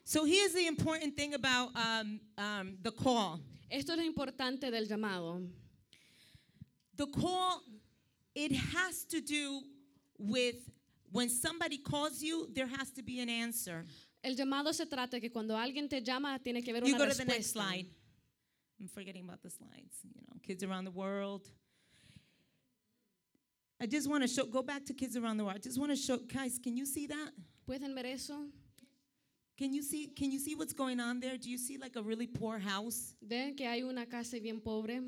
So here's the important thing about um, um, the call. Esto es lo importante del llamado. The call, it has to do with when somebody calls you, there has to be an answer. El llamado se trata que cuando alguien te llama tiene que haber You una go to the next respuesta. slide. I'm forgetting about the slides. You know, kids around the world. I just want to show. Go back to kids around the world. I just want to show. Guys, can you see that? ¿Pueden ver eso? Can you see? Can you see what's going on there? Do you see like a really poor house? Ven que hay una casa bien pobre.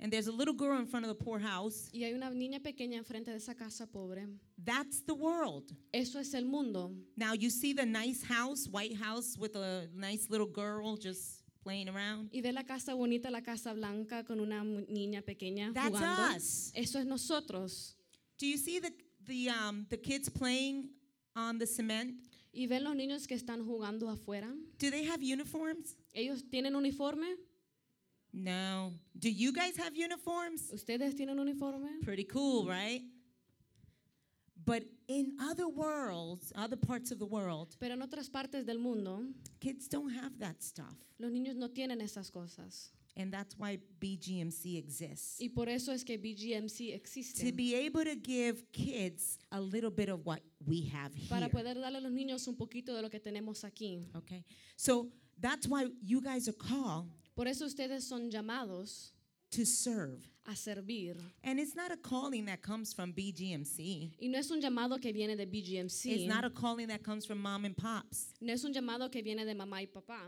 and there's a little girl in front of the poor house. y hay una niña pequeña enfrente de esa casa pobre. That's the world. Eso es el mundo. Now you see the nice house, white house with a nice little girl just playing around. Y ve la casa bonita, la casa blanca con una mu- niña pequeña That's jugando. us. Eso es nosotros. Do you see the the um, the kids playing on the cement? Y ven los niños que están jugando afuera. Do they have uniforms? ¿Ellos tienen uniforme? No. Do you guys have uniforms? ¿Ustedes tienen uniforme? Pretty cool, right? But in other worlds, other parts of the world, Pero en otras partes del mundo, kids don't have that stuff. los niños no tienen esas cosas. And that's why BGMC exists. Y por eso es que BGMC existe. To be able to give kids a little bit of what we have para here. poder darle a los niños un poquito de lo que tenemos aquí. Okay. So that's why you guys are called Por eso ustedes son llamados to serve. a servir. And it's not a calling that comes from BGMC. Y no es un llamado que viene de BGMC. It's not a calling that comes from mom and pops. no es un llamado que viene de mamá y papá.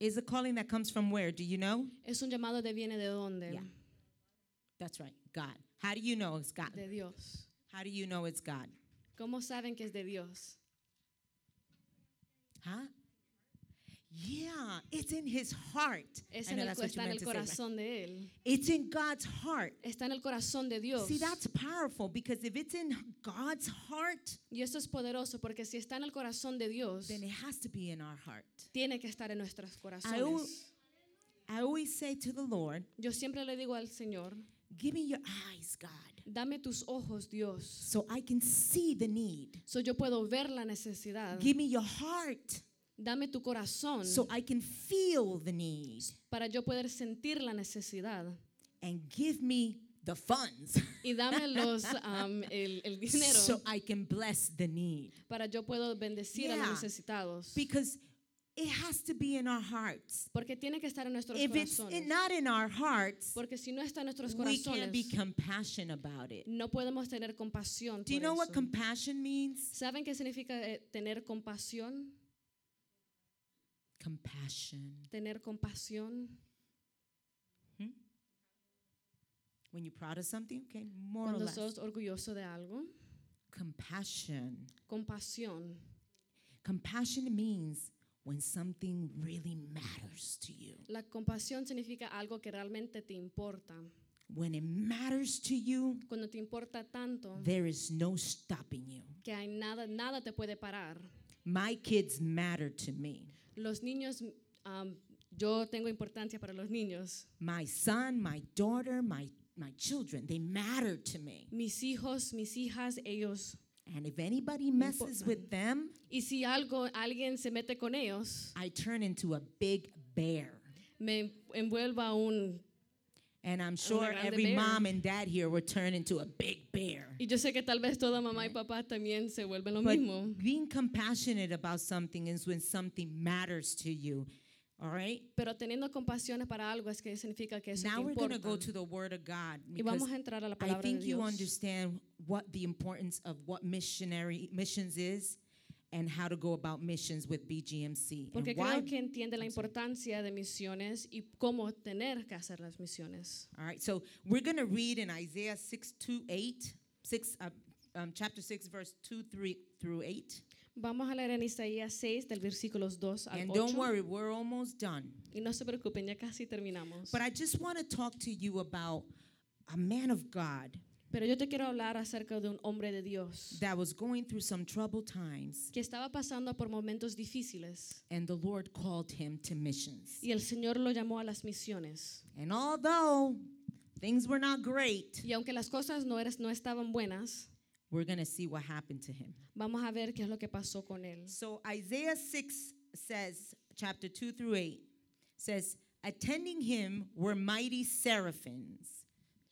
It's a calling that comes from where? Do you know? Es un llamado de viene de dónde? Yeah. That's right. God. How do you know it's God? De Dios. How do you know it's God? ¿Cómo saben que es de Dios? Huh? Yeah, it's in his heart. Es I en know el, that's co- what you está en meant el to say, right? corazón de Él. It's in God's heart. Está en el corazón de Dios. See, that's powerful because if it's in God's heart, y eso es poderoso porque si está en el corazón de Dios, then it has to be in our heart. tiene que estar en nuestros I al- corazones. I always say to the Lord, Yo siempre le digo al Señor, give me your eyes, God, dame tus ojos, Dios. so I can see the need. So yo puedo ver la necesidad. Give me your heart Dame tu corazón so I can feel the need. para yo poder sentir la necesidad. And give me the funds <laughs> Y dame los, am, el, el dinero so I can bless the need. para yo puedo bendecir a los Yeah. necesitados. Because it has to be in our hearts. Porque tiene que estar en nuestros If it's corazones. in- not in our hearts, Porque si no está en nuestros we can't be corazones, compassionate about it. no podemos tener compasión. Do you por know what eso. compassion means? ¿Saben qué significa eh, tener compasión? Compassion. Tener compasión. When you're proud of something, okay, more or Cuando less. sos orgulloso de algo, Compassion. compasión. Compassion means when something really matters to you. La compasión significa algo que realmente te importa. When it matters to you, Cuando te importa tanto, there is no stopping you. que hay nada, nada te puede parar. My kids matter to me. Los niños, um, yo tengo importancia para los niños. My son, my daughter, my my children, they matter to me. Mis hijos, mis hijas, ellos. And if anybody messes with them, Y si algo, alguien se mete con ellos, I turn into a big bear. me envuelva un... And Oh, I'm sure grande every bear. mom and dad here will turn into a big bear. Y yo sé que tal vez toda mamá y papá también se vuelven lo But mismo. being compassionate about something is when something matters to you. All right? Pero teniendo compasión para algo es que significa que eso Now te we're going to importa. go to the Word of God. y vamos because a entrar a la I palabra de think you Dios. understand what the importance of what missionary missions is and how to go about missions with BGMC. Porque and why, creo que entiende la importancia de misiones y cómo tener que hacer las misiones. All right, so we're going to read in Isaiah 6 to 8, 6, uh, um, chapter 6, verse 2 3 through 8. Vamos a leer en Isaías 6, del versículos 2 al And don't 8. worry, we're almost done. Y no se preocupen, ya casi terminamos. But I just want to talk to you about a man of God Pero yo te quiero hablar acerca de un hombre de Dios that was going through some troubled times, que estaba pasando por momentos difíciles and the Lord called him to missions. y el Señor lo llamó a las misiones. And although things were not great, Y aunque las cosas no, eras- no estaban buenas, we're going to see what happened to him. vamos a ver qué es lo que pasó con él. So Isaiah 6 says, chapter 2 through 8, says, attending him were mighty seraphims.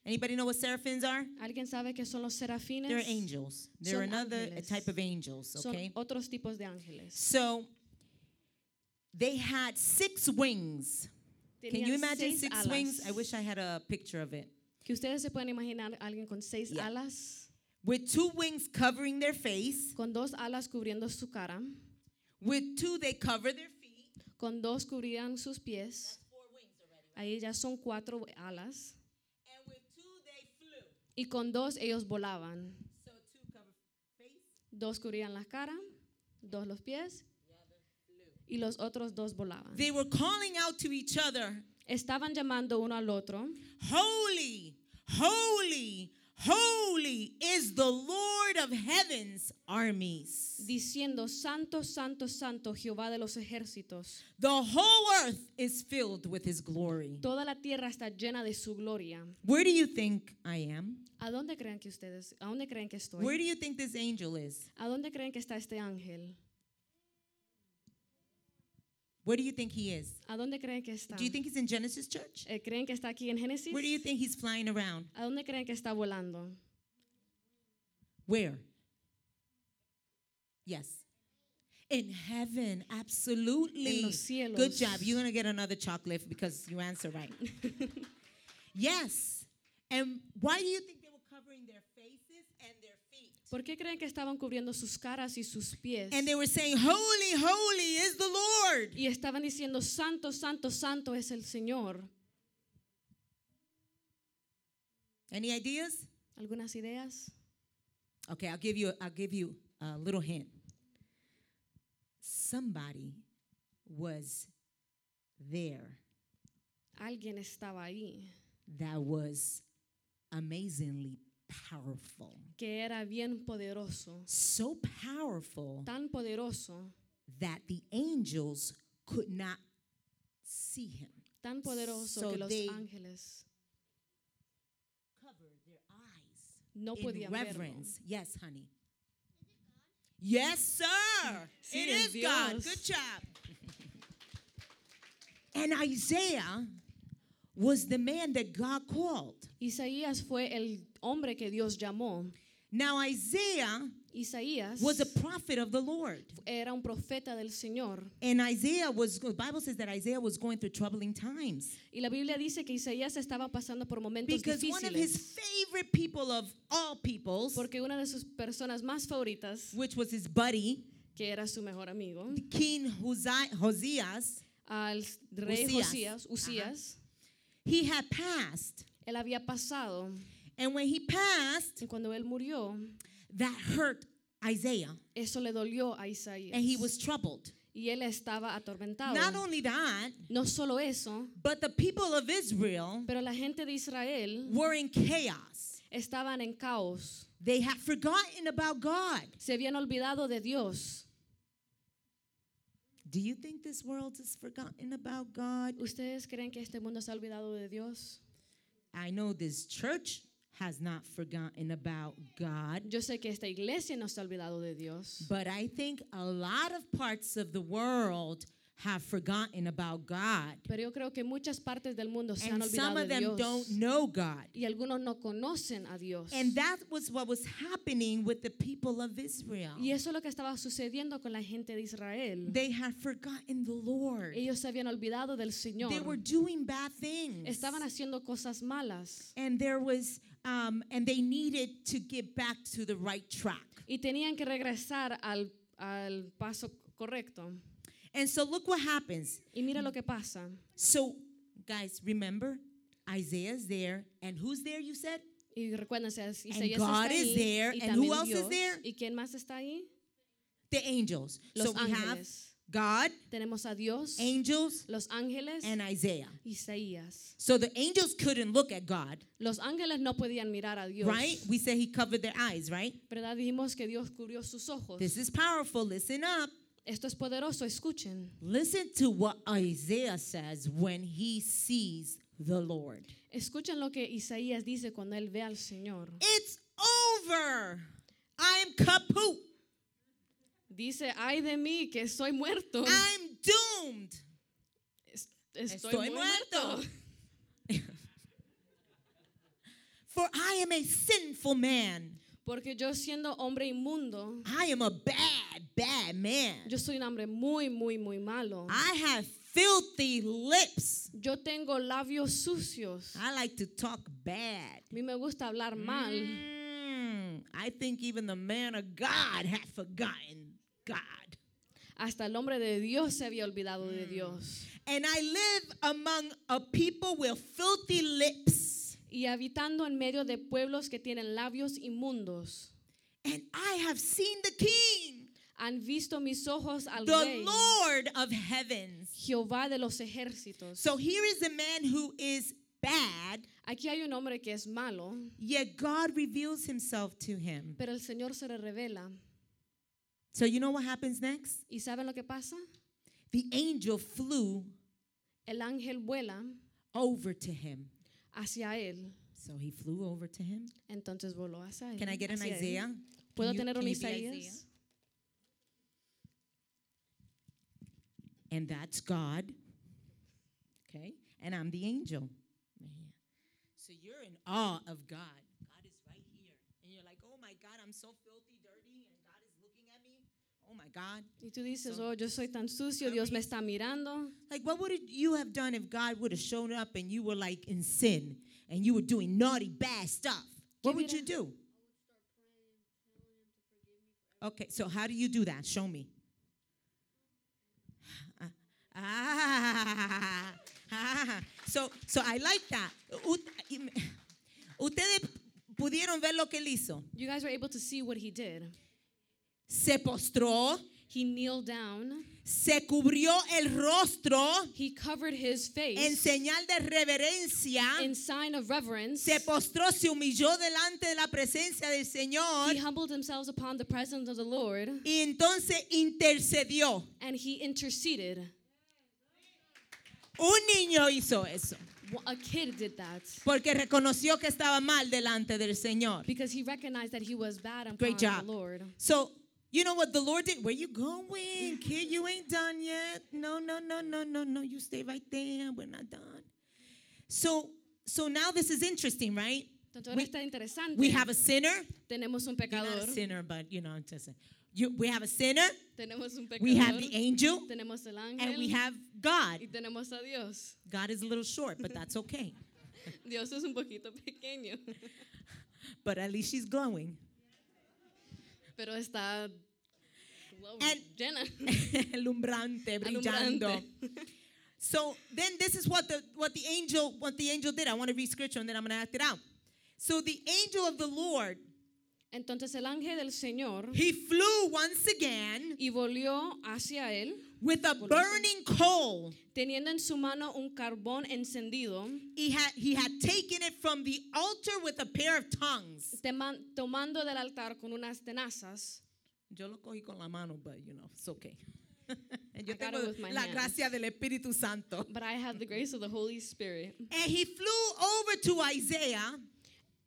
Anybody know what seraphims are? ¿Alguien sabe qué son los serafines? They're angels. They're Son another ángeles. type of angels, Son okay? otros tipos de ángeles. So they had six wings. Can Tenían you imagine seis six alas. wings? I wish I had a picture of it. Que ustedes se pueden imaginar a alguien con seis Yeah. alas, With two wings covering their face, con dos alas cubriendo su cara, with two they cover their feet, con dos cubrían sus pies. Ahí ya son cuatro alas y con dos ellos volaban. Dos cubrían la cara, dos los pies y los otros dos volaban. They were calling out to each other, Estaban llamando uno al otro, Holy, holy, holy is the Lord of heaven's armies. diciendo, Santo, Santo, Santo, Jehová de los ejércitos, The whole earth is filled with his glory. toda la tierra está llena de su gloria. Where do you think I am? ¿A dónde creen que ustedes, a dónde creen que estoy? Where do you think this angel is? ¿A dónde creen que está este ángel? Where do you think he is? ¿A dónde creen que está? Do you think he's in Genesis Church? Eh, ¿Creen que está aquí en Génesis? Where do you think he's flying around? ¿A dónde creen que está volando? Where? Yes. In heaven, absolutely. En los cielos. Good job. You're going to get another chocolate because you answer <laughs> right. yes. And why do you think they were covering their faces and their feet? ¿Por qué creen que estaban cubriendo sus caras y sus pies? And they were saying, Holy, holy is the Lord. y estaban diciendo, Santo, Santo, Santo es el Señor. Any ideas? ¿Algunas ideas? Okay, I'll give you I'll give you a little hint. Somebody was there Alguien estaba ahí that was amazingly powerful. que era bien poderoso, So powerful tan poderoso, that the angels could not see him. tan poderoso So que los they- ángeles Cover their eyes no in podían verlo. reverence. Yes, honey. Yes, sir. Sí, it es is God. Dios. Good job. and Isaiah was the man that God called. Isaías fue el hombre que Dios llamó. Now Isaiah Isaías was a prophet of the Lord. era un profeta del Señor. And Isaiah was the Bible says that Isaiah was going through troubling times Y la Biblia dice que Isaías estaba pasando por momentos because one of his difíciles favorite people of all peoples, porque una de sus personas más favoritas, which was his buddy, que era su mejor amigo, King Hosea- Hoseas, al rey Usías. Josías, Usías, he had passed. él había pasado And when he passed, y cuando él murió, that hurt Isaiah eso le dolió a and he Isaías was troubled. y él estaba atormentado. Not only that, No solo eso, but the people of Israel pero la gente de Israel were in chaos. estaban en caos, They had forgotten about God. se habían olvidado de Dios. Do you think this world has forgotten about God? ¿Ustedes creen que este mundo se ha olvidado de Dios? I know this church has not forgotten about God, Yo sé que esta iglesia no se ha olvidado de Dios, but I think a lot of parts of the world have forgotten about God. pero yo creo que muchas partes del mundo se han And some olvidado of de them don't Dios know God. y algunos no conocen a Dios. And that was what was happening with the people of Israel. Y eso es lo que estaba sucediendo con la gente de Israel. They had forgotten the Lord. Ellos se habían olvidado del Señor. They were doing bad things. Estaban haciendo cosas malas And there was um, and they needed to get back to the right track. y tenían que regresar al, al paso correcto. And so look what happens. Y mira lo que pasa. So guys, remember Isaiah's there and who's there you said? Y recuérdense, Isaías God está is ahí, there, y and también who else is Dios. there? ¿Y quién más está ahí? The angels. Los so we have ángeles. God, Tenemos a Dios, angels los ángeles, and Isaiah. Isaías. So the angels couldn't look at God, Los ángeles no podían mirar a Dios. right? We said he covered their eyes, right? ¿Verdad? Dijimos que Dios cubrió sus ojos. This is powerful. Listen up. Esto es poderoso, escuchen. Listen to what Isaiah says when he sees the Lord. Escuchen lo que Isaías dice cuando él ve al Señor. It's over. I'm kaput. Dice, ay de mí que soy muerto. I'm doomed. Es- Estoy, Estoy mu- muerto. <laughs> For I am a sinful man. Porque yo siendo hombre inmundo, I am a bad, bad man. yo soy un hombre muy, muy, muy malo. I have filthy lips. Yo tengo labios sucios. A I like to talk bad. mí me gusta hablar mal. Mm, I think even the man of God had forgotten God. Hasta el hombre de Dios se había olvidado Mm. de Dios. And I live among a people with filthy lips. y habitando en medio de pueblos que tienen labios inmundos. And I have seen the King, Han visto mis ojos al the Rey, Lord of heavens. Jehová de los ejércitos. So here is a man who is bad, Aquí hay un hombre que es malo, yet God reveals himself to him. pero el Señor se le revela. So you know what happens next? ¿Y saben lo que pasa? The angel flew El ángel vuela over to him. hacia él. So he flew over to him. Entonces voló hacia él. Can I get an hacia él. Isaiah? ¿Puedo Can you- tener un can you be Isaías? Isaiah? And that's God. Okay? And I'm the angel. Right here. So you're in awe of God. God is right here. And you're like, oh my God, I'm so filthy, dirty, and God is looking at me. Oh my God. Y tú dices, oh, yo soy tan sucio, Dios me está mirando. Like, what would you have done if God would have shown up and you were like in sin and you were doing naughty, bad stuff? What would you do? Okay, so how do you do that? Show me. <laughs> Ah, ah, so, so I like that. Ut- Ustedes pudieron ver lo que él hizo. You guys were able to see what he did. Se postró, He kneeled down. se cubrió el rostro He covered his en face señal de reverencia. in sign of reverence. se postró, se humilló delante de la presencia del Señor He humbled himself upon the presence of the Lord y entonces intercedió. and he interceded. Un niño hizo eso Wh- A kid did that porque reconoció que estaba mal delante del Señor. because he recognized that he was bad upon Great job. the Lord. So, you know what the Lord did? Where you Mm. going, kid? You ain't done yet. No, no, no, no, no, no. You stay right there. We're not done. So, so now this is interesting, right? Entonces ahora We- está interesante. We have a sinner. tenemos un You're not pecador. a sinner, but you know, I'm just saying. You, we have a sinner. Tenemos un pecador. We have the angel, tenemos el ángel. and we have God. y tenemos a Dios. God is a little short, but that's okay. Dios es un poquito pequeño, <laughs> But at least she's glowing. pero está glow- And- llena. <laughs> Alumbrante, brillando. so then this is what the what the angel what the angel did. I want to read scripture and then I'm gonna act it out. So the angel of the Lord, Entonces el ángel del Señor he flew once again y volvió hacia él, with a burning coal. teniendo en su mano un carbón encendido, He had he had taken it from the altar with a pair of tongues. tema- tomando del altar con unas tenazas. Yo lo cogí con la mano, but you know, it's <laughs> okay. Yo got it with my tengo la hand. gracia del Espíritu Santo. But I have the grace of the Holy Spirit. And he flew over to Isaiah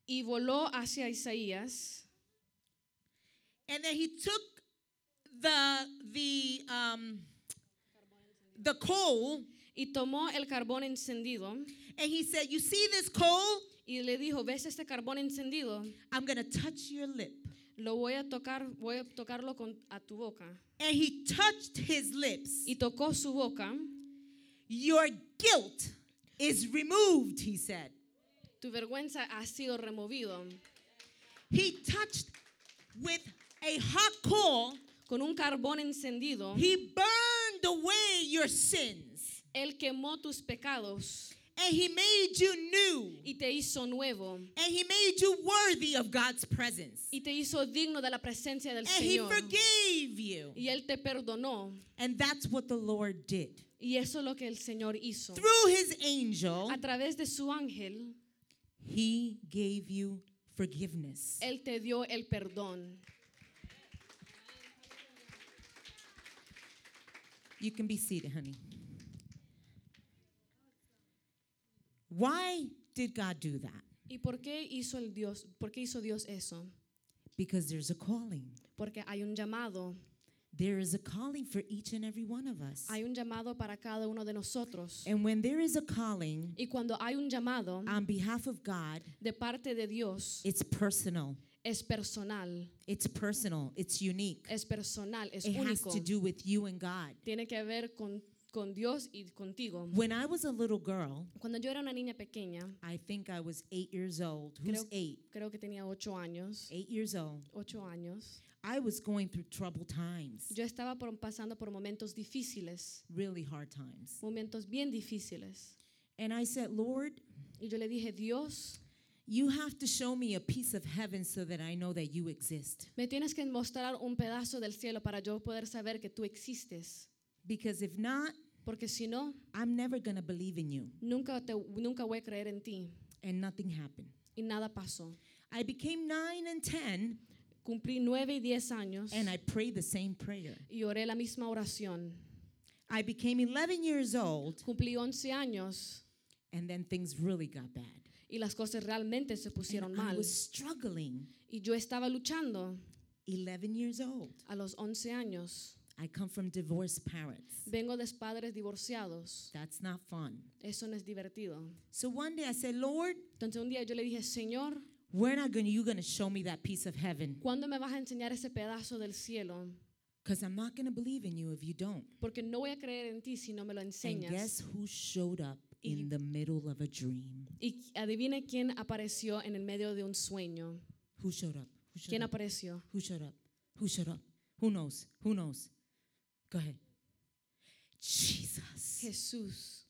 Y voló hacia Isaías and then he took the the um the coal y tomó el carbón encendido and he said you see this coal y le dijo, ¿ves este carbón encendido? i'm gonna touch your lip Lo voy a tocar, voy a tocarlo con, a tu boca. and he touched his lips Y tocó su boca. your guilt is removed he said Tu vergüenza ha sido removido. he touched with a hot coal Con un carbón encendido, he burned away your sins Él quemó tus pecados and he made you new y te hizo nuevo. and he made you worthy of god's presence Y te hizo digno de la presencia del and he Señor. forgave you Y Él te perdonó. And that's what the Lord did. Y eso es lo que el Señor hizo. Through his angel, A través de su ángel, he gave you forgiveness. Él te dio el perdón. You can be seated, honey. Why did God do that? ¿Y por qué hizo el Dios? ¿Por qué hizo Dios eso? Because there's a calling. Porque hay un llamado. There is a calling for each and every one of us. Hay un llamado para cada uno de nosotros. And when there is a calling Y cuando hay un llamado on behalf of God, de parte de Dios, it's personal. es personal. It's personal. It's unique. Es personal, es It has único. to do with you and God. Tiene que ver con, con Dios y contigo. When I was a little girl, Cuando yo era una niña pequeña, I think I was eight years old. Who's creo, eight? creo que tenía ocho años. Eight years old. Ocho años. I was going through troubled times, Yo estaba por- pasando por momentos difíciles, really hard times. momentos bien difíciles. And I said, Lord, Y yo le dije, Dios, You have to show me a piece of heaven so that I know that you exist. Me tienes que mostrar un pedazo del cielo para yo poder saber que tú existes. Because if not, Porque si no, I'm never going to believe in you. nunca, te, nunca voy a creer en ti. And nothing happened. Y nada pasó. I became nine and 10, Cumplí nueve y diez años and I prayed the same prayer. y oré la misma oración. I became 11 years old, Cumplí once años and then things really got bad. y las cosas realmente se pusieron And I mal. was struggling. Y yo estaba luchando 11 years old. a los 11 años. I come from divorced parents. Vengo de padres divorciados. That's not fun. Eso no es divertido. So one day I said, Lord, Entonces un día yo le dije, Señor, when are gonna, you going to show me that piece of heaven? ¿cuándo me vas a enseñar ese pedazo del cielo? Because I'm not going to believe in you if you don't. Porque no voy a creer en ti si no me lo And enseñas. guess who showed up in the middle of a dream? Y adivine quién apareció en el medio de un sueño. Who showed up? Who showed ¿Quién up? apareció? Who showed up? Who showed up? Who knows? Who knows? Go ahead. Jesus. Jesús.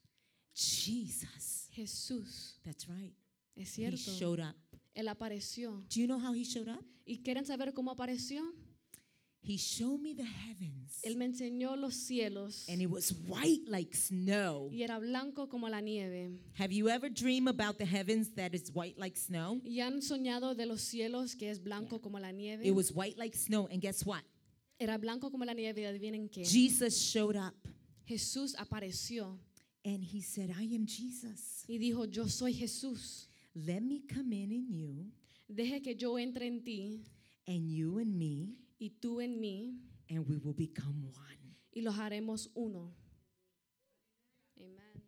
Jesus. Jesús. That's right. Es He cierto. showed up. Él apareció. Do you know how he showed up? ¿Y quieren saber cómo apareció? He showed me the heavens. Él me enseñó los cielos And it was white like snow. y era blanco como la nieve. Have you ever dreamed about the heavens that is white like snow? ¿Y han soñado de los cielos que es blanco como la nieve? It was white like snow. And guess what? Era blanco como la nieve y adivinen qué. Jesus showed up Jesús apareció and he said, I am Jesus. y dijo, yo soy Jesús. Let me come in in you Deje que yo entre en ti and you in me, y tú en mí and we will become one. y los haremos uno. Amen.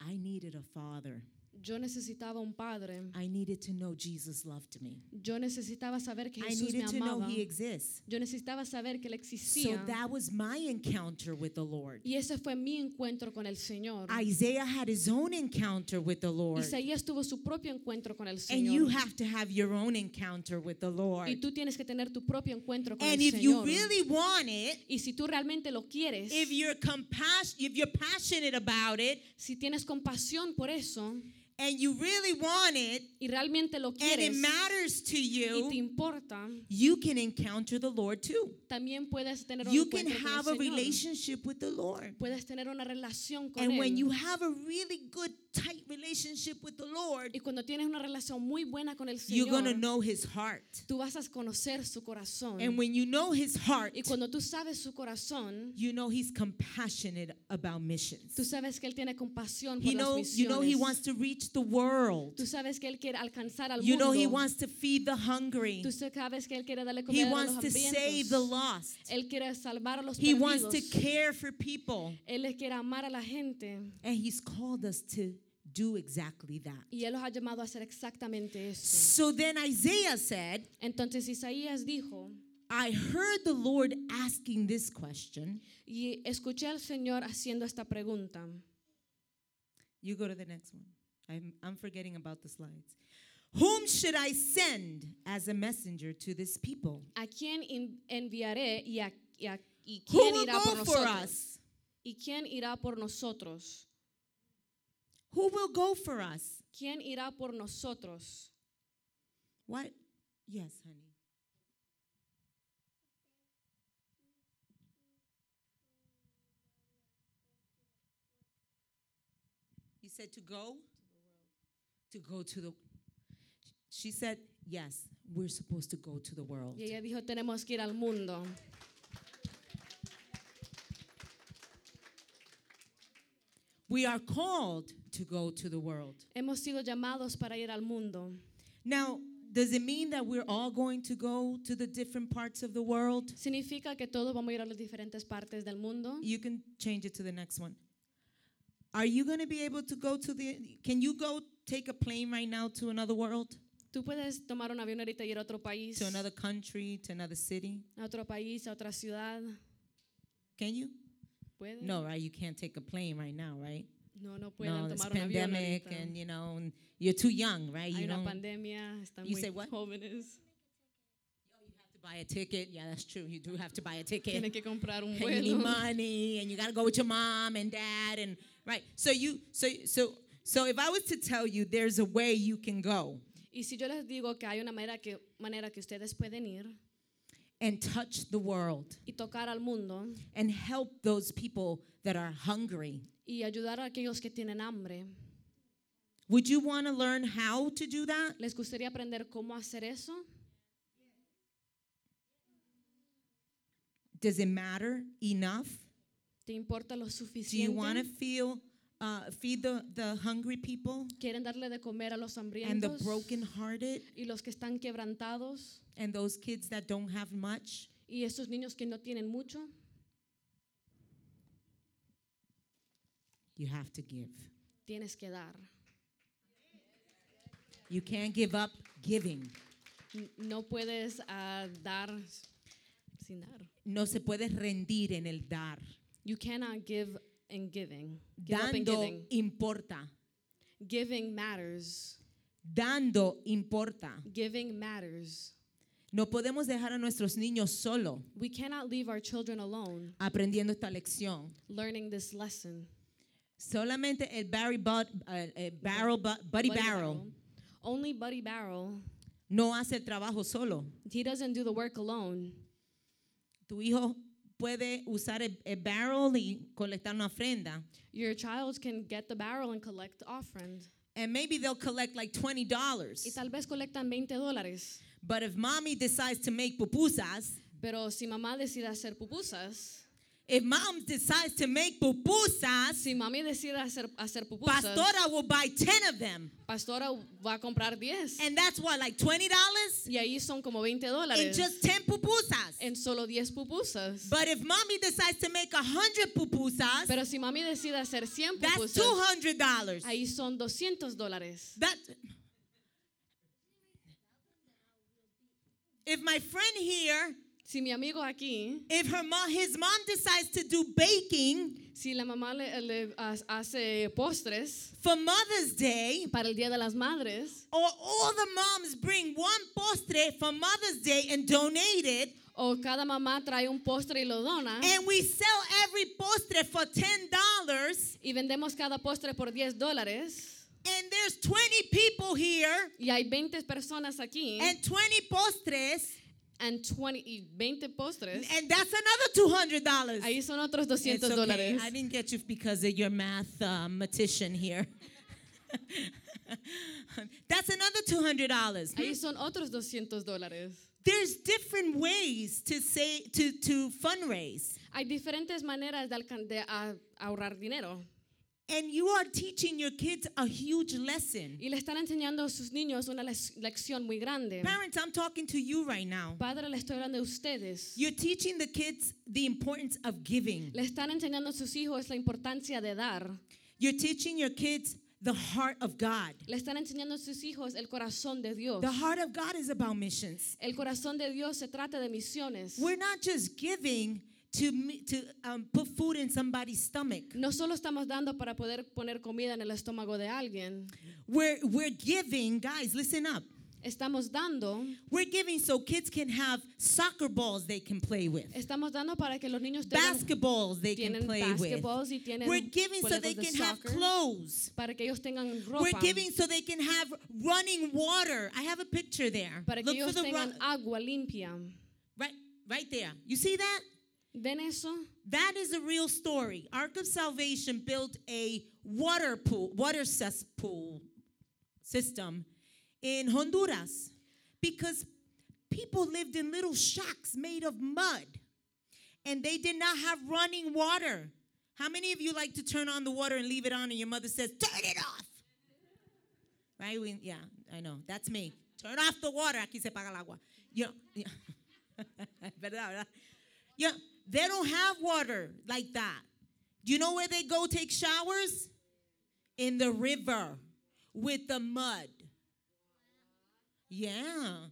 I needed a father. Yo necesitaba un padre. I needed to know Jesus loved me. Yo necesitaba saber que I Jesús me needed to know amaba. ah. he exists. Yo necesitaba saber que él So existía. that was my encounter with the Lord. Y ese fue mi encuentro con el Señor. Isaiah had his own encounter with the Lord. Isaías tuvo su propio encuentro con el And you Señor. have to have your own encounter with the Lord. Y tú tienes que tener tu propio encuentro con And el if you Señor. really want it, y si tú realmente lo quieres, if you're compassion, if you're passionate about it, si tienes compasión por eso and you really want it, y realmente lo and it quieres matters to y te you, importa, you can encounter the Lord too. también puedes tener un You can encuentro have a con el Señor. relationship with the Lord. Puedes tener una relación con And él. when you have a really good, tight relationship with the Lord, y cuando tienes una relación muy buena con el you're going to Señor, know His heart. tú vas a conocer su corazón. And when you know His heart, y cuando tú sabes su corazón, you know He's compassionate about missions. tú sabes que él tiene compasión por He las knows, misiones. you know He wants to reach the world. tú sabes que él quiere alcanzar al You mundo. know He wants to feed the hungry. tú sabes que él quiere darle He comida a wants los to save the hambrientos. lost. Él quiere salvar a los He wants perdidos. to care for people. Él les quiere amar a la gente. And He's called us to do exactly that. Y Él los ha llamado a hacer exactamente eso. So then Isaiah said, Entonces Isaías dijo, I heard the Lord asking this question. y escuché al Señor haciendo esta pregunta. You go to the next one. I'm, I'm forgetting about the slides. Whom should I send as a messenger to this people? ¿A quién in- enviaré y, a, y, a- y Who quién will irá por go for nosotros? us? ¿Y quién irá por nosotros? Who will go for us? ¿Quién irá por nosotros? What? Yes, honey. You said to go? To go to the. She said, yes, we're supposed to go to the world. Y ella dijo, tenemos que ir al mundo. We are called to go to the world. Hemos sido llamados para ir al mundo. Now, does it mean that we're all going to go to the different parts of the world? ¿Significa que todos vamos a ir a las diferentes partes del mundo? You can change it to the next one. Are you going to be able to go to the Can you go take a plane right now to another world? Tú puedes tomar un avión ahorita y ir a otro país, To another country, to another city? a otro país, a otra ciudad. Can you? ¿Pueden? No, right? You can't take a plane right now, right? No, no pueden No, it's tomar un avión pandemic ahorita. and you know, and you're too young, right? Hay You una don't have pandemia, están <laughs> You muy say what? jóvenes. to buy a ticket. Yeah, that's true. You do have to buy a ticket. Tiene que comprar un and you need vuelo. money and you got to go with your mom and dad and right so you so so so if i was to tell you there's a way you can go Y si yo les digo que hay una manera que, manera que ustedes pueden ir and touch the world y tocar al mundo and help those people that are hungry y ayudar a aquellos que tienen hambre, would you want to learn how to do that ¿les gustaría aprender cómo hacer eso? does it matter enough ¿Te importa lo do you want to suficiente? feel uh, feed the, the hungry people ¿Quieren darle de comer a los and the hambrientos brokenhearted y los que están quebrantados and those kids that don't have much y esos niños que no tienen mucho? you have to give Tienes que dar. you can't give up giving N- No puedes ah, dar s- sin dar. no se puede rendir en el dar. You cannot give in giving. Give up in Dando giving. importa. Giving matters. Dando importa. Giving matters. No podemos dejar a nuestros niños solo We cannot leave our children alone aprendiendo esta lección. learning this lesson. Solamente el Barry Bud- eh, eh, Barrel, Bu- Buddy Buddy Barrel Barrel. Only Buddy Barrel. no hace el trabajo solo. He doesn't do the work alone. Tu hijo puede usar el, el barrel y colectar una ofrenda. Your child can get the barrel and collect the offrend. And maybe they'll collect like Y $20. tal vez colectan 20 dólares. But if mommy decides to make pupusas, Pero si mamá decide hacer pupusas, if mom decides to make pupusas, si mami decide hacer, hacer pupusas, Pastora will buy 10 of them. Pastora va a comprar 10. And that's what, like $20? Y ahí son como 20 In dólares just 10 pupusas. en solo 10 pupusas. But if mommy decides to make 100 pupusas, Pero si mami decide hacer 100 that's pupusas, $200. ahí son 200 dólares. That, if my friend here, Si mi amigo aquí, if her mom, his mom decides to do baking si la mamá le, le ha- hace postres for Mother's Day, para el Día de las Madres, or all the moms bring one postre for Mother's Day and donate it, o cada mamá trae un postre y lo dona, and we sell every postre for $10, y vendemos cada postre por 10 dólares, and there's 20 people here y hay 20 personas aquí, and 20 postres and 20 y 20 postres, and that's another $200 ahí son otros It's 200 okay. dólares. i didn't get you because of your mathematician here <laughs> that's another $200 Ahí son otros 200 dólares. there's different ways to say to to fundraise Hay diferentes maneras de, alcan- de a- ahorrar dinero. and you are teaching your kids a huge lesson Y le están enseñando a sus niños una lec- lección muy grande. parents i'm talking to you right now Padre, le estoy hablando de ustedes. you're teaching the kids the importance of giving Le están enseñando a sus hijos la importancia de dar. you're teaching your kids the heart of god Le están enseñando a sus hijos el corazón de Dios. The heart of God is about missions. El corazón de Dios se trata de misiones. We're not just giving to me, to um, put food in somebody's stomach. No solo estamos dando para poder poner comida en el estómago de alguien. We're we're giving, guys. Listen up. Estamos dando, We're giving so kids can have soccer balls they can play with, estamos dando para que los niños tengan basketballs they can tienen play with. basketballs y tienen We're giving so juegos they de can have soccer. clothes. para que ellos tengan ropa, We're giving so they can have running water. I have a picture there. para que Look for ellos the tengan run- agua limpia. right, right there. You see that? ¿Ven eso? That is a real story. Ark of Salvation built a water pool, water cesspool system in Honduras because people lived in little shacks made of mud and they did not have running water. How many of you like to turn on the water and leave it on and your mother says, "Turn it off." Right? We, yeah, I know. That's me. Turn off the water. Aquí se paga el agua. You know, yeah. <laughs> ¿Verdad, verdad? Yeah, they don't have water like that. You know where they go take showers? In the river with the mud. Yeah.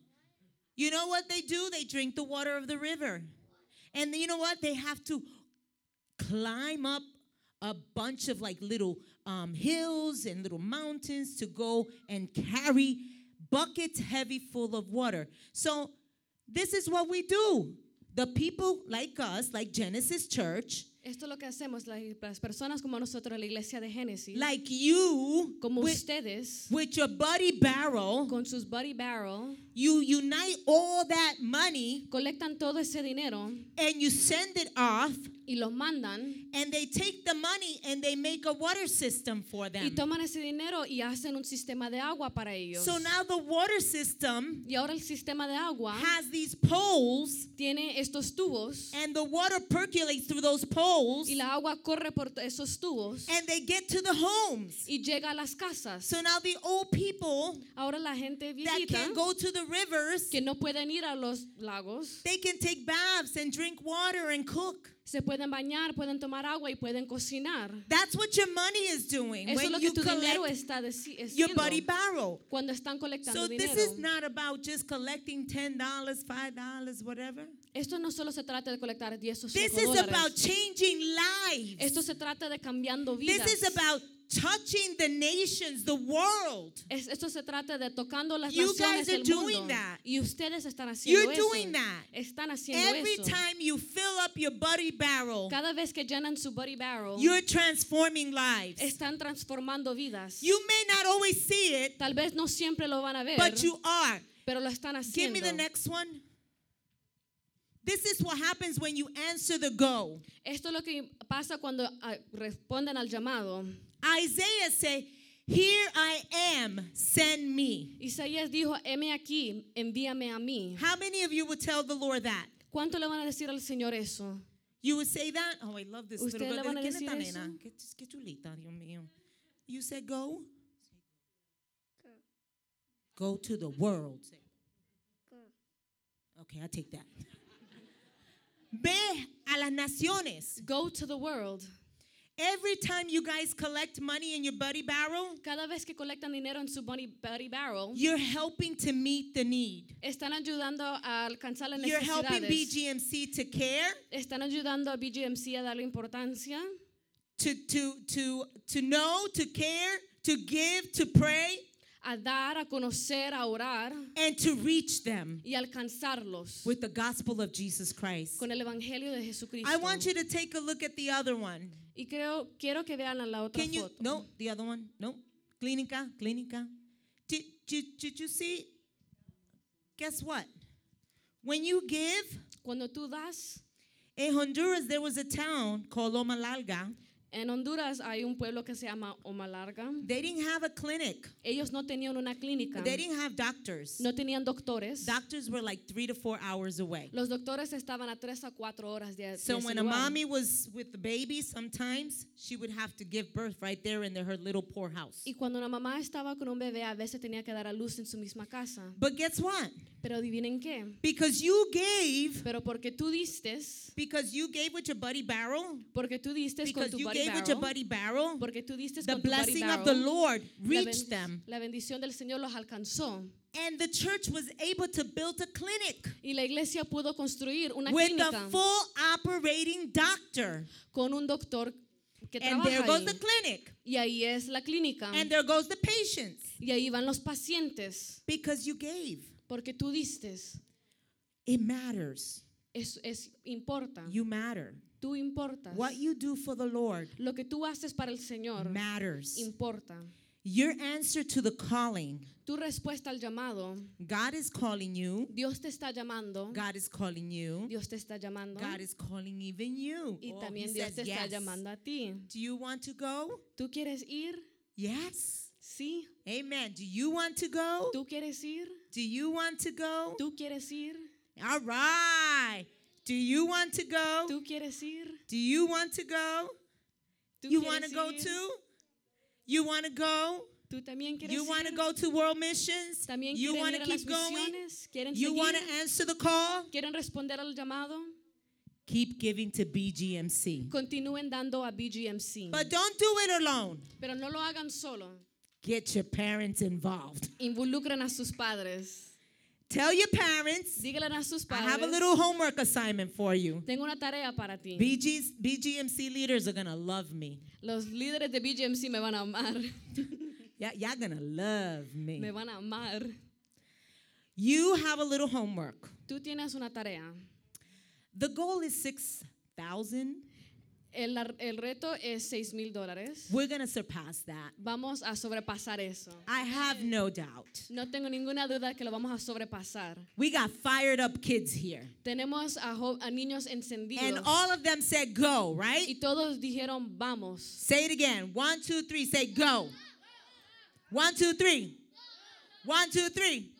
You know what they do? They drink the water of the river. And you know what? They have to climb up a bunch of like little um, hills and little mountains to go and carry buckets heavy full of water. So This is what we do. The people like us, like Genesis Church, Esto es lo que hacemos la- las personas como nosotros, la iglesia de Génesis, like you, como with, ustedes, with your buddy barrel, con sus buddy barrel, you unite all that money colectan todo ese dinero and you send it off, y los mandan and they take the money and they make a water system for y them. toman ese dinero y hacen un sistema de agua para ellos. So now the water system Y ahora el sistema de agua has these poles, tiene estos tubos and the water percolates through those poles, y la agua corre por to- esos tubos and they get to the homes. y llega a las casas. So now the old people Ahora la gente that viejita can't go to the rivers, que no pueden ir a los lagos they can take baths and drink water and cook. se pueden bañar, pueden tomar agua y pueden cocinar. That's what your money is doing Eso es when lo que you tu dinero collect está deci- your buddy haciendo barrel. cuando están colectando So this dinero. is not about just collecting ten dollars, five dollars, whatever. Esto no solo se trata de colectar 10 o 5 This is dólares. about changing lives. Esto se trata de cambiando vidas. This is about touching the nations, the world. Es- esto se trata de tocando las You guys naciones are del doing mundo. that. Y ustedes están haciendo You're eso. doing that. Están haciendo Every eso. time you fill up your buddy barrel, Cada vez que llenan su body barrel, you're transforming lives. están transformando vidas. You may not always see it, Tal vez no siempre lo van a ver, but you are. pero lo están Give haciendo. me the next one. This is what happens when you answer the go. Esto es lo que pasa cuando ah, responden al llamado. Isaiah said, Here I am, send me. Isaías dijo, heme aquí, envíame a mí. How many of you would tell the Lord that? ¿Cuánto le van a decir al Señor eso? You would say that? Oh, I love this little ¿Ustedes le girl. van a ¿Quién es decir esta eso? nena? Qué chus- qué chulita, Dios mío. You said go? Go to the world. Okay, I take that. Ve a las naciones. Go to the world. Every time you guys collect money in your buddy barrel, Cada vez que colectan dinero en su money, buddy barrel, you're helping to meet the need. están ayudando a alcanzar las You're helping necesidades. BGMC to care, Están ayudando a BGMC a darle importancia, to to to to know, to care, to give, to pray, a dar, a conocer, a orar and to reach them y alcanzarlos with the gospel of Jesus Christ. con el Evangelio de Jesucristo. I want you to take a look at the other one. y creo, quiero que vean a la otra Can you foto. no the other one? No. Clínica, clínica. Did, did, did you see? Guess what? When you give, Cuando tú das, In Honduras, there was a town called Loma Larga. en Honduras hay un pueblo que se llama Omalarga. They didn't have a clinic. Ellos no tenían una clínica, They didn't have doctors. no tenían doctores. Doctors were like three to four hours away. Los doctores estaban a tres a cuatro horas de, de So ese when a lugar. mommy was with the baby, sometimes she would have to give birth right there in her little poor house. Y cuando una mamá estaba con un bebé, a veces tenía que dar a luz en su misma casa. But guess what? Pero adivinen qué. Because you gave, Pero porque tú diste, because you gave with your buddy barrel, porque tú diste con because tu you buddy gave with your barrel, buddy barrel, porque tú diste the con tu buddy blessing barrel, of the Lord la, reached ben- them. la bendición del Señor los alcanzó. And the church was able to build a clinic. Y la iglesia pudo construir una with clínica a full operating doctor. con un doctor que And trabaja there goes ahí. the clinic. Y ahí es la clínica. And there goes the patients y ahí van los pacientes, because you gave. porque tú diste. It matters. Es, es- importa. You matter. tú importas. What you do for the Lord Lo que tú haces para el Señor matters. importa. Your answer to the calling. Tu respuesta al llamado, God is calling you. Dios te está llamando. God is calling you. Dios te está llamando. God is calling even you. Y Oh, he también Dios said te está yes. llamando a ti. Do you want to go? ¿Tú quieres ir? Yes. Sí. Amen. Do you want to go? ¿Tú quieres ir? Do you want to go? ¿Tú quieres ir? All right. Do you want to go? ¿Tú quieres ir? Do you want to go? ¿Tú You want quieres to go ir? too? You want to go? ¿Tú también quieres You want to ir? go to world missions? ¿También You quieren want ir to a las keep going? misiones? ¿Quieren You want seguir? to answer the call? ¿Quieren responder al llamado? Keep giving to BGMC. Continúen dando a BGMC. But don't do it alone. Pero no lo hagan solo. Get your parents involved. Involucren a sus padres. Tell your parents, Díganle a sus I padres. have a little homework assignment for you. Tengo una tarea para ti. BG's, BGMC leaders are going to love me. Los líderes de BGMC me <laughs> van a amar. Yeah, y'all going to love me me. van a amar. You have a little homework. Tú tienes una tarea. The goal is 6,000. El, ar- el reto es 6 mil dólares. We're going to surpass that. Vamos a sobrepasar eso. I have no doubt. No tengo ninguna duda que lo vamos a sobrepasar. We got fired up kids here. Tenemos a, jo- a niños encendidos. And all of them said go, right? y todos dijeron vamos. Say it again. One, two, three. Say go. One, two, three. One, two, three.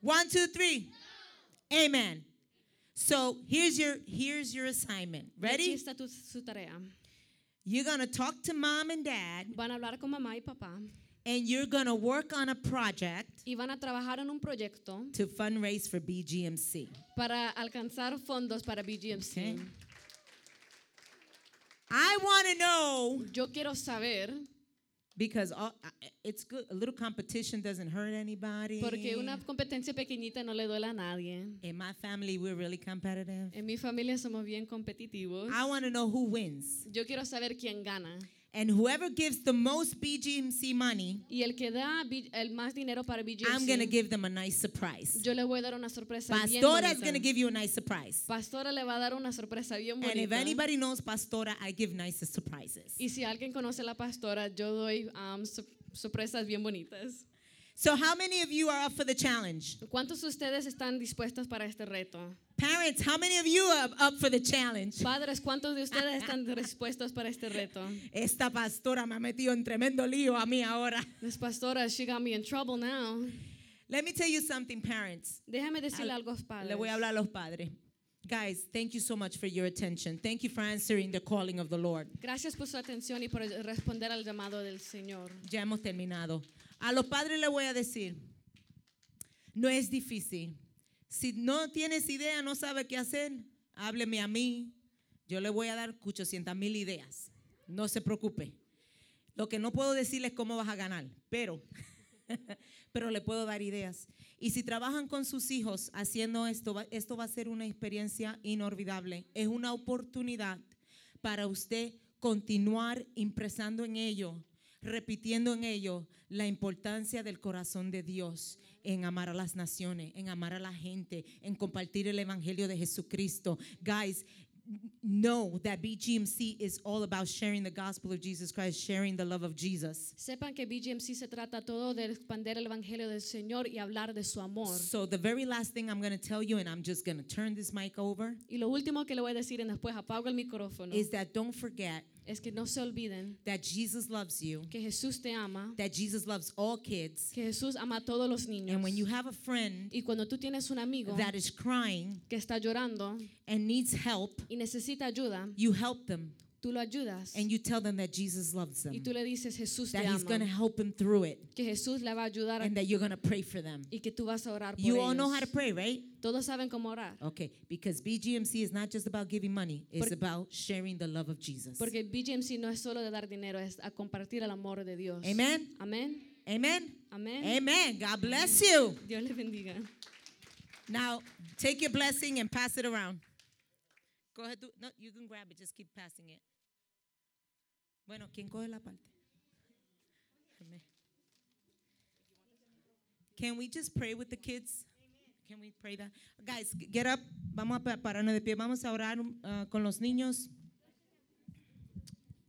One, two, three. Amen. So here's your here's your assignment. Y aquí Ready? está tu- su tarea. You're gonna talk to mom and dad, Van a hablar con mamá y papá and you're gonna work on a project y van a trabajar en un proyecto to fundraise for BGMC. para alcanzar fondos para BGMC. Okay. I want to know Yo quiero saber, because all, I- it's good. A little competition doesn't hurt anybody. porque una competencia pequeñita no le duele a nadie. In my family, we're really competitive. En mi familia somos bien competitivos. I want to know who wins. Yo quiero saber quién gana. And whoever gives the most BGMC money, Y el que da bi- el más dinero para BGMC, I'm going to give them a nice surprise. yo le voy a dar una sorpresa bien Pastora is bonita. going to give you a nice surprise. Pastora le va a dar una sorpresa bien And if bonita. anybody knows Pastora, I give nicer surprises. Y si alguien conoce a la pastora, yo doy um, sor- sorpresas bien bonitas. So, how many of you are up for the challenge? ¿Cuántos de ustedes están dispuestos para este reto? Parents, how many of you are up for the challenge? Padres, ¿cuántos de ustedes están <laughs> dispuestos para este reto? Esta pastora me ha metido en tremendo lío a mí ahora. Las pastoras, she got me in trouble now. Let me tell you something, parents. Déjame decirle Al- algo a los padres. Ah, Le voy a hablar a los padres. Guys, thank you so much for your attention. Thank you for answering the calling of the Lord. Gracias por su atención y por responder al llamado del Señor. Ya hemos terminado. A los padres les voy a decir, no es difícil. Si no tienes idea, no sabes qué hacer, hábleme a mí. Yo le voy a dar 800 mil ideas. No se preocupe. Lo que no puedo decirles es cómo vas a ganar, pero, pero le puedo dar ideas. Y si trabajan con sus hijos haciendo esto, va- esto va a ser una experiencia inolvidable. Es una oportunidad para usted continuar impresando en ello, repitiendo en ello la importancia del corazón de Dios en amar a las naciones, en amar a la gente, en compartir el evangelio de Jesucristo. Guys, know that BGMC is all about sharing the gospel of Jesus Christ, sharing the love of Jesus. Sepan que BGMC se trata todo de expandir el evangelio del Señor y hablar de su amor. So the very last thing I'm going to tell you and I'm just going to turn this mic over Y lo último que le voy a decir y después apago el micrófono is that don't forget es que no se olviden that Jesus loves you, que Jesús te ama, that Jesus loves all kids. que Jesús ama a todos los niños. And when you have a friend y cuando tú tienes un amigo that is crying que está llorando and needs help, y necesita ayuda, you help them tú lo ayudas and you tell them that Jesus loves them, y tú le dices Jesús te that He's going to ama, help them through it, que Jesús le va a ayudar a- and that you're going to pray for them. y que tú vas a orar por You all know how to ellos. pray, right? Todos saben cómo orar. Okay, because BGMC is not just about giving money, it's Porque- about sharing the love of Jesus. Porque BGMC no es solo de dar dinero, es a compartir el amor de Dios. Amen. Amén. Amen. Amén. Amen. God bless you. Dios les bendiga. Now, take your blessing and pass it around. Go ahead. Do, no, you can grab it. Just keep passing it. Bueno, ¿quién coge la parte? Amén. Can we just pray with the kids? Can we pray that? Guys, g- get up. Vamos a pa- pararnos de pie. Vamos a orar um, ah, con los niños. <laughs>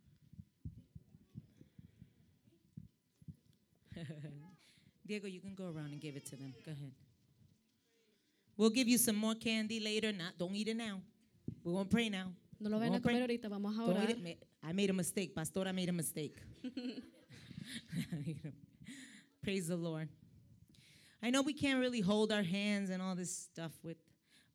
Diego, you can go around and give it to them. Go ahead. We'll give you some more candy later. Not, don't eat it now. We won't pray now. No lo We vayan a won't pray. comer ahorita, vamos a Don't orar. eat it. Ma- I made a mistake, Pastor. I made <laughs> a mistake. Praise the Lord. I know we can't really hold our hands and all this stuff with,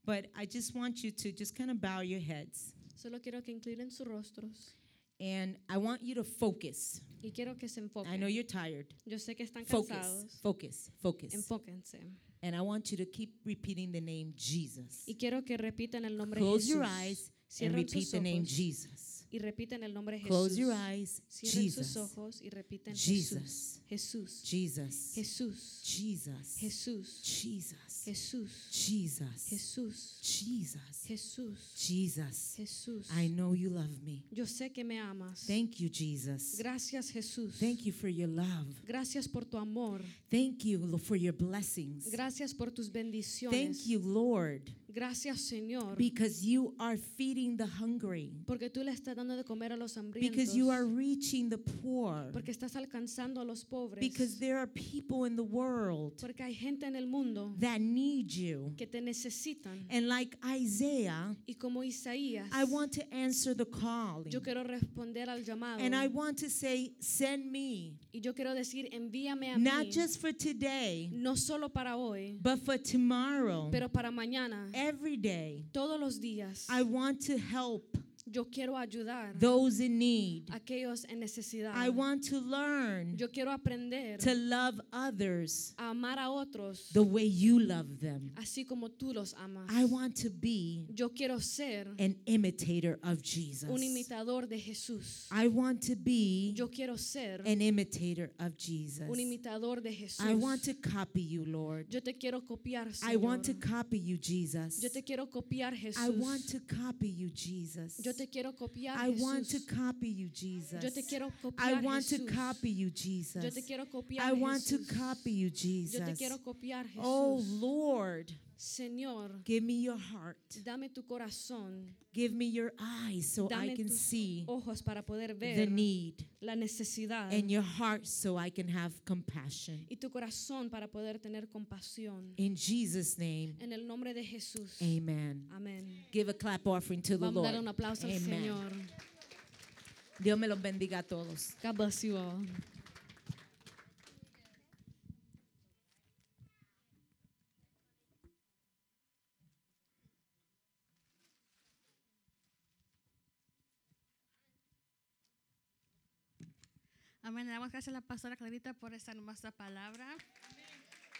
but I just want you to just kind of bow your heads, Solo quiero que inclinen sus rostros and I want you to focus. y quiero que se I know enfoquen. you're tired. Yo sé que están Focus, cansados. focus, focus, Enfóquense. and I want you to keep repeating the name Jesus. Y quiero que repitan el nombre de Close Jesús. your eyes and Cierran repeat sus the name ojos Jesus. y repiten el nombre de Close your Jesús. eyes. Cierren sus Jesus. ojos y repiten Jesus. Jesús. Jesús. Jesus. Jesús. Jesus. Jesús. Jesus. Jesús. Jesus. Jesús. Jesus. Jesús. Jesus. Jesús. I know you love me. Yo sé que me amas. Thank you, Jesus. Gracias Jesús. Thank you for your love. Gracias por tu amor. Thank you Lord, for your blessings. Gracias por tus bendiciones. Thank you, Lord, Gracias Señor. because you are feeding the hungry, Porque tú le estás dando de comer a los hambrientos. because you are reaching the poor, Porque estás alcanzando a los pobres. because there are people in the world Porque hay gente en el mundo that need you. que te necesitan. And like Isaiah, Y como Isaías, I want to answer the call. yo quiero responder al llamado. And I want to say, send me, y yo quiero decir, envíame a not mí. just for today, no solo para hoy, but for tomorrow, pero para mañana. every day. Todos los días. I want to help yo quiero ayudar those in need. a aquellos en necesidad. I want to learn Ah. yo quiero aprender to love others a amar a otros the way you love them. así como tú los amas. I want to be yo quiero ser an imitator of un Jesus. imitador de Jesús. I want to be Yo quiero ser an imitator of Jesus. un imitador de Jesús. I want to copy you, Lord. Yo te quiero copiar, Señor. I want to copy you, Jesus. Yo te quiero copiar, Jesús. I want to copy you, Jesus. Yo te quiero copiar, I want to Jesús. copy you, Jesus. Yo te quiero I copiar, want to Jesús. copy you, Yo Jesus. te quiero copiar, I want to Jesús. copy you, Yo te Jesus. quiero copiar, Jesús. Oh, Lord. Señor, Give me your heart. dame tu corazón. Give me your eyes so I Dame can tus see ojos para poder the ver need, la necesidad. and your heart so I can have compassion. y tu corazón para poder tener compasión. In Jesus' name, En el nombre de Jesús. amen. Amén. Give a clap offering to the Vamos a dar Lord. un aplauso al Amen. Señor. Dios me los bendiga a todos. God bless you all. Amén. Le damos gracias a la pastora Clarita por esta hermosa palabra.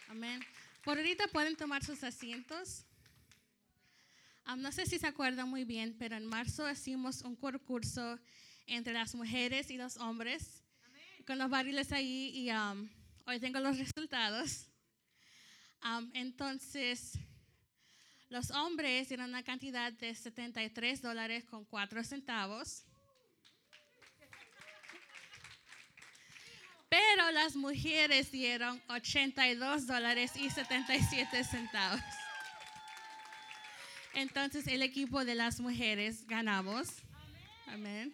Amén. Por ahorita pueden tomar sus asientos. Am, no sé si se acuerdan muy bien, pero en marzo hicimos un concurso entre las mujeres y los hombres con los barriles ahí y am, hoy tengo los resultados. Am, entonces, los hombres dieron una cantidad de 73 dólares con 4 centavos. Pero las mujeres dieron 82 dólares y 77 centavos. Entonces el equipo de las mujeres ganamos. Amén.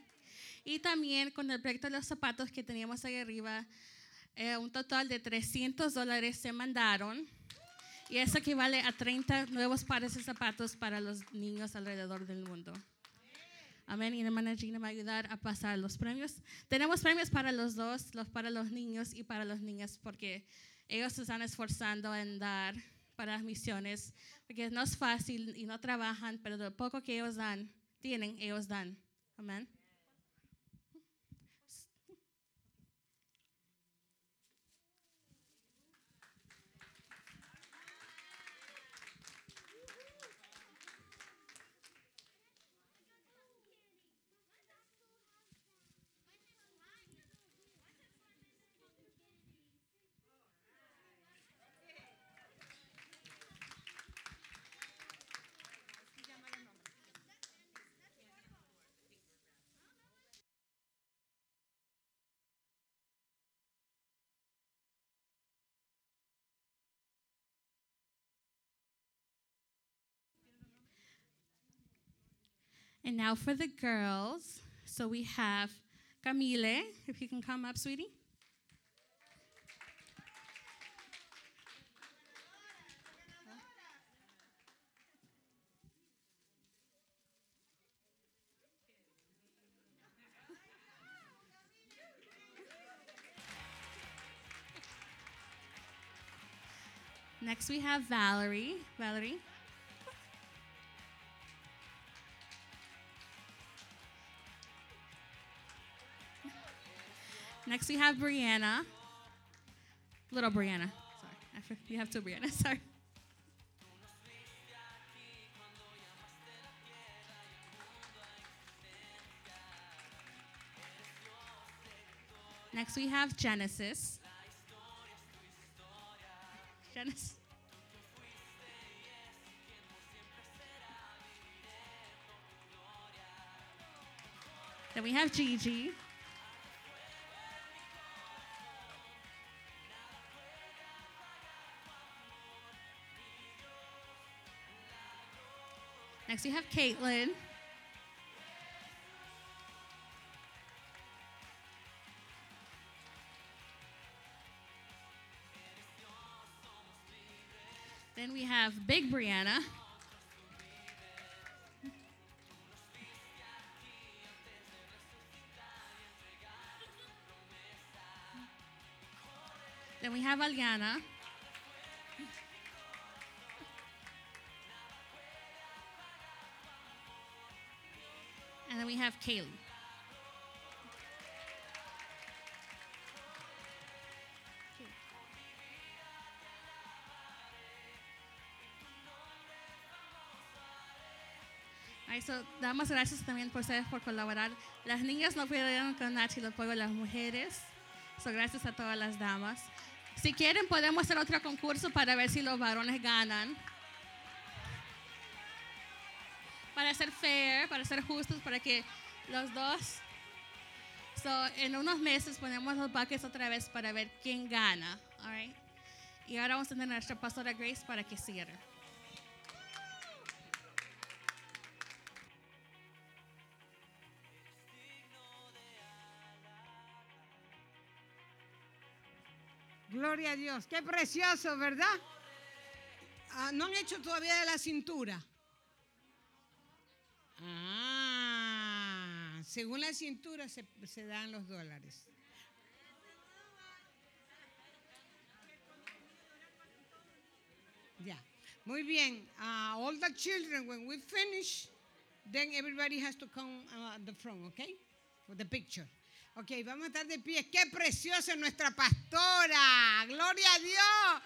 Y también con el proyecto de los zapatos que teníamos ahí arriba, eh, un total de 300 dólares se mandaron. Y eso equivale a 30 nuevos pares de zapatos para los niños alrededor del mundo. Amén. Y la hermana Gina va a ayudar a pasar los premios. Tenemos premios para los dos, los para los niños y para las niñas, porque ellos se están esforzando en dar para las misiones, porque no es fácil y no trabajan, pero lo poco que ellos dan, tienen, ellos dan. Amén. And now for the girls. So we have Camille, if you can come up, sweetie. Next, we have Valerie. Valerie. Next, we have Brianna. Little Brianna. Sorry. I for- We have two Brianna. <laughs> Sorry. Next, we have Genesis. Genesis. Then we have Gigi. Next, we have Caitlin. Then we have Big Brianna. Then we have Aliana. And then we have Kaylee. Ay, so, damos gracias también por ustedes por colaborar. Las niñas no pudieron con Nachi, lo puedo las mujeres. So, gracias a todas las damas. Si quieren, podemos hacer otro concurso para ver si los varones ganan. Para ser fair, para ser justos, para que los dos. So, en unos meses ponemos los buckets otra vez para ver quién gana. All right? Y ahora vamos a tener a nuestra pastora Grace para que cierre. Gloria a Dios. Qué precioso, ¿verdad? Ah, no han hecho todavía de la cintura. Ah, según la cintura se, se dan los dólares. Ya. Muy bien. Ah, all the children, when we finish, then everybody has to come uh, at the front, okay? For the picture. Ok, vamos a estar de pie. ¡Qué preciosa es nuestra pastora! ¡Gloria a Dios!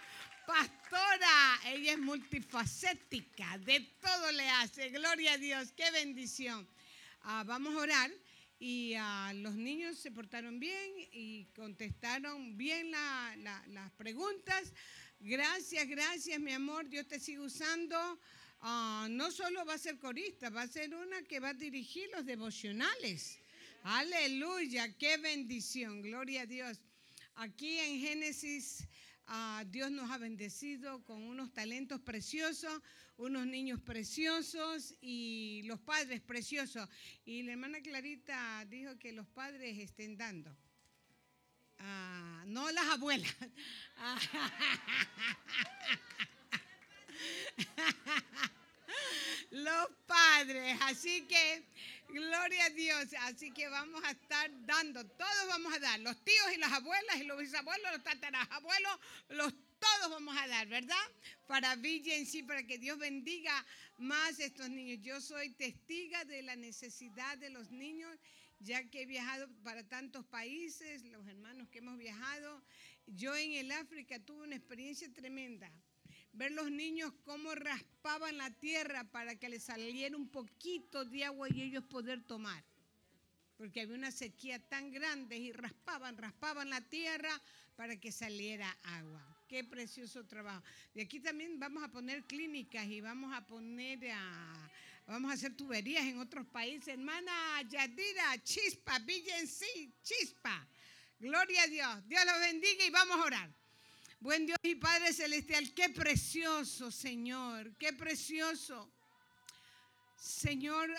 Pastora, ella es multifacética, de todo le hace. ¡Gloria a Dios! ¡Qué bendición! Ah, vamos a orar y ah, los niños se portaron bien y contestaron bien la- la- las preguntas. Gracias, gracias, mi amor. Dios te sigue usando. Ah, no solo va a ser corista, va a ser una que va a dirigir los devocionales. Aleluya, qué bendición, gloria a Dios. Aquí en Génesis, ah, Dios nos ha bendecido con unos talentos preciosos, unos niños preciosos y los padres preciosos. Y la hermana Clarita dijo que los padres estén dando. Ah, no las abuelas. <laughs> los padres. Así que, gloria a Dios. Así que vamos a estar dando, todos vamos a dar, los tíos y las abuelas y los bisabuelos, los tatarabuelos, los todos vamos a dar, ¿verdad? Para Villa en sí, para que Dios bendiga más estos niños. Yo soy testiga de la necesidad de los niños, ya que he viajado para tantos países, los hermanos que hemos viajado. Yo en el África tuve una experiencia tremenda ver los niños cómo raspaban la tierra para que les saliera un poquito de agua y ellos poder tomar. Porque había una sequía tan grande y raspaban, raspaban la tierra para que saliera agua. Qué precioso trabajo. De aquí también vamos a poner clínicas y vamos a poner a- Vamos a hacer tuberías en otros países. Hermana Yadira, chispa, sí, chispa. Gloria a Dios. Dios los bendiga y vamos a orar. Buen Dios y Padre Celestial, qué precioso, Señor, qué precioso. Señor,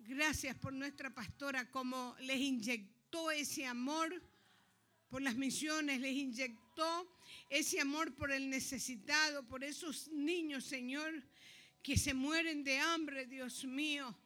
gracias por nuestra pastora, como les inyectó ese amor por las misiones, les inyectó ese amor por el necesitado, por esos niños, Señor, que se mueren de hambre, Dios mío.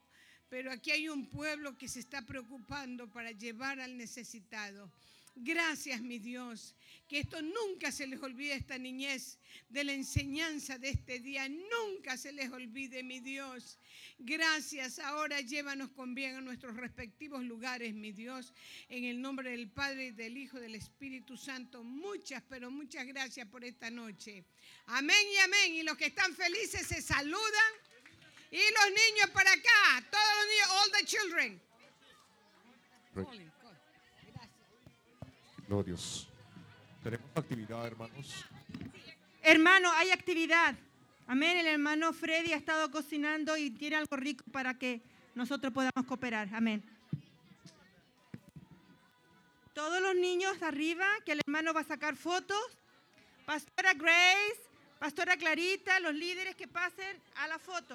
Pero aquí hay un pueblo que se está preocupando para llevar al necesitado. Gracias, mi Dios, que esto nunca se les olvide a esta niñez de la enseñanza de este día, nunca se les olvide, mi Dios. Gracias, ahora llévanos con bien a nuestros respectivos lugares, mi Dios, en el nombre del Padre y del Hijo y del Espíritu Santo. Muchas, pero muchas gracias por esta noche. Amén y amén. Y los que están felices se saludan. Y los niños para acá, todos los niños, all the children. Gloria a Dios. Tenemos actividad, hermanos. Hermano, hay actividad. Amén. El hermano Freddy ha estado cocinando y tiene algo rico para que nosotros podamos cooperar. Amén. Todos los niños arriba, que el hermano va a sacar fotos. Pastora Grace, Pastora Clarita, los líderes que pasen a la foto.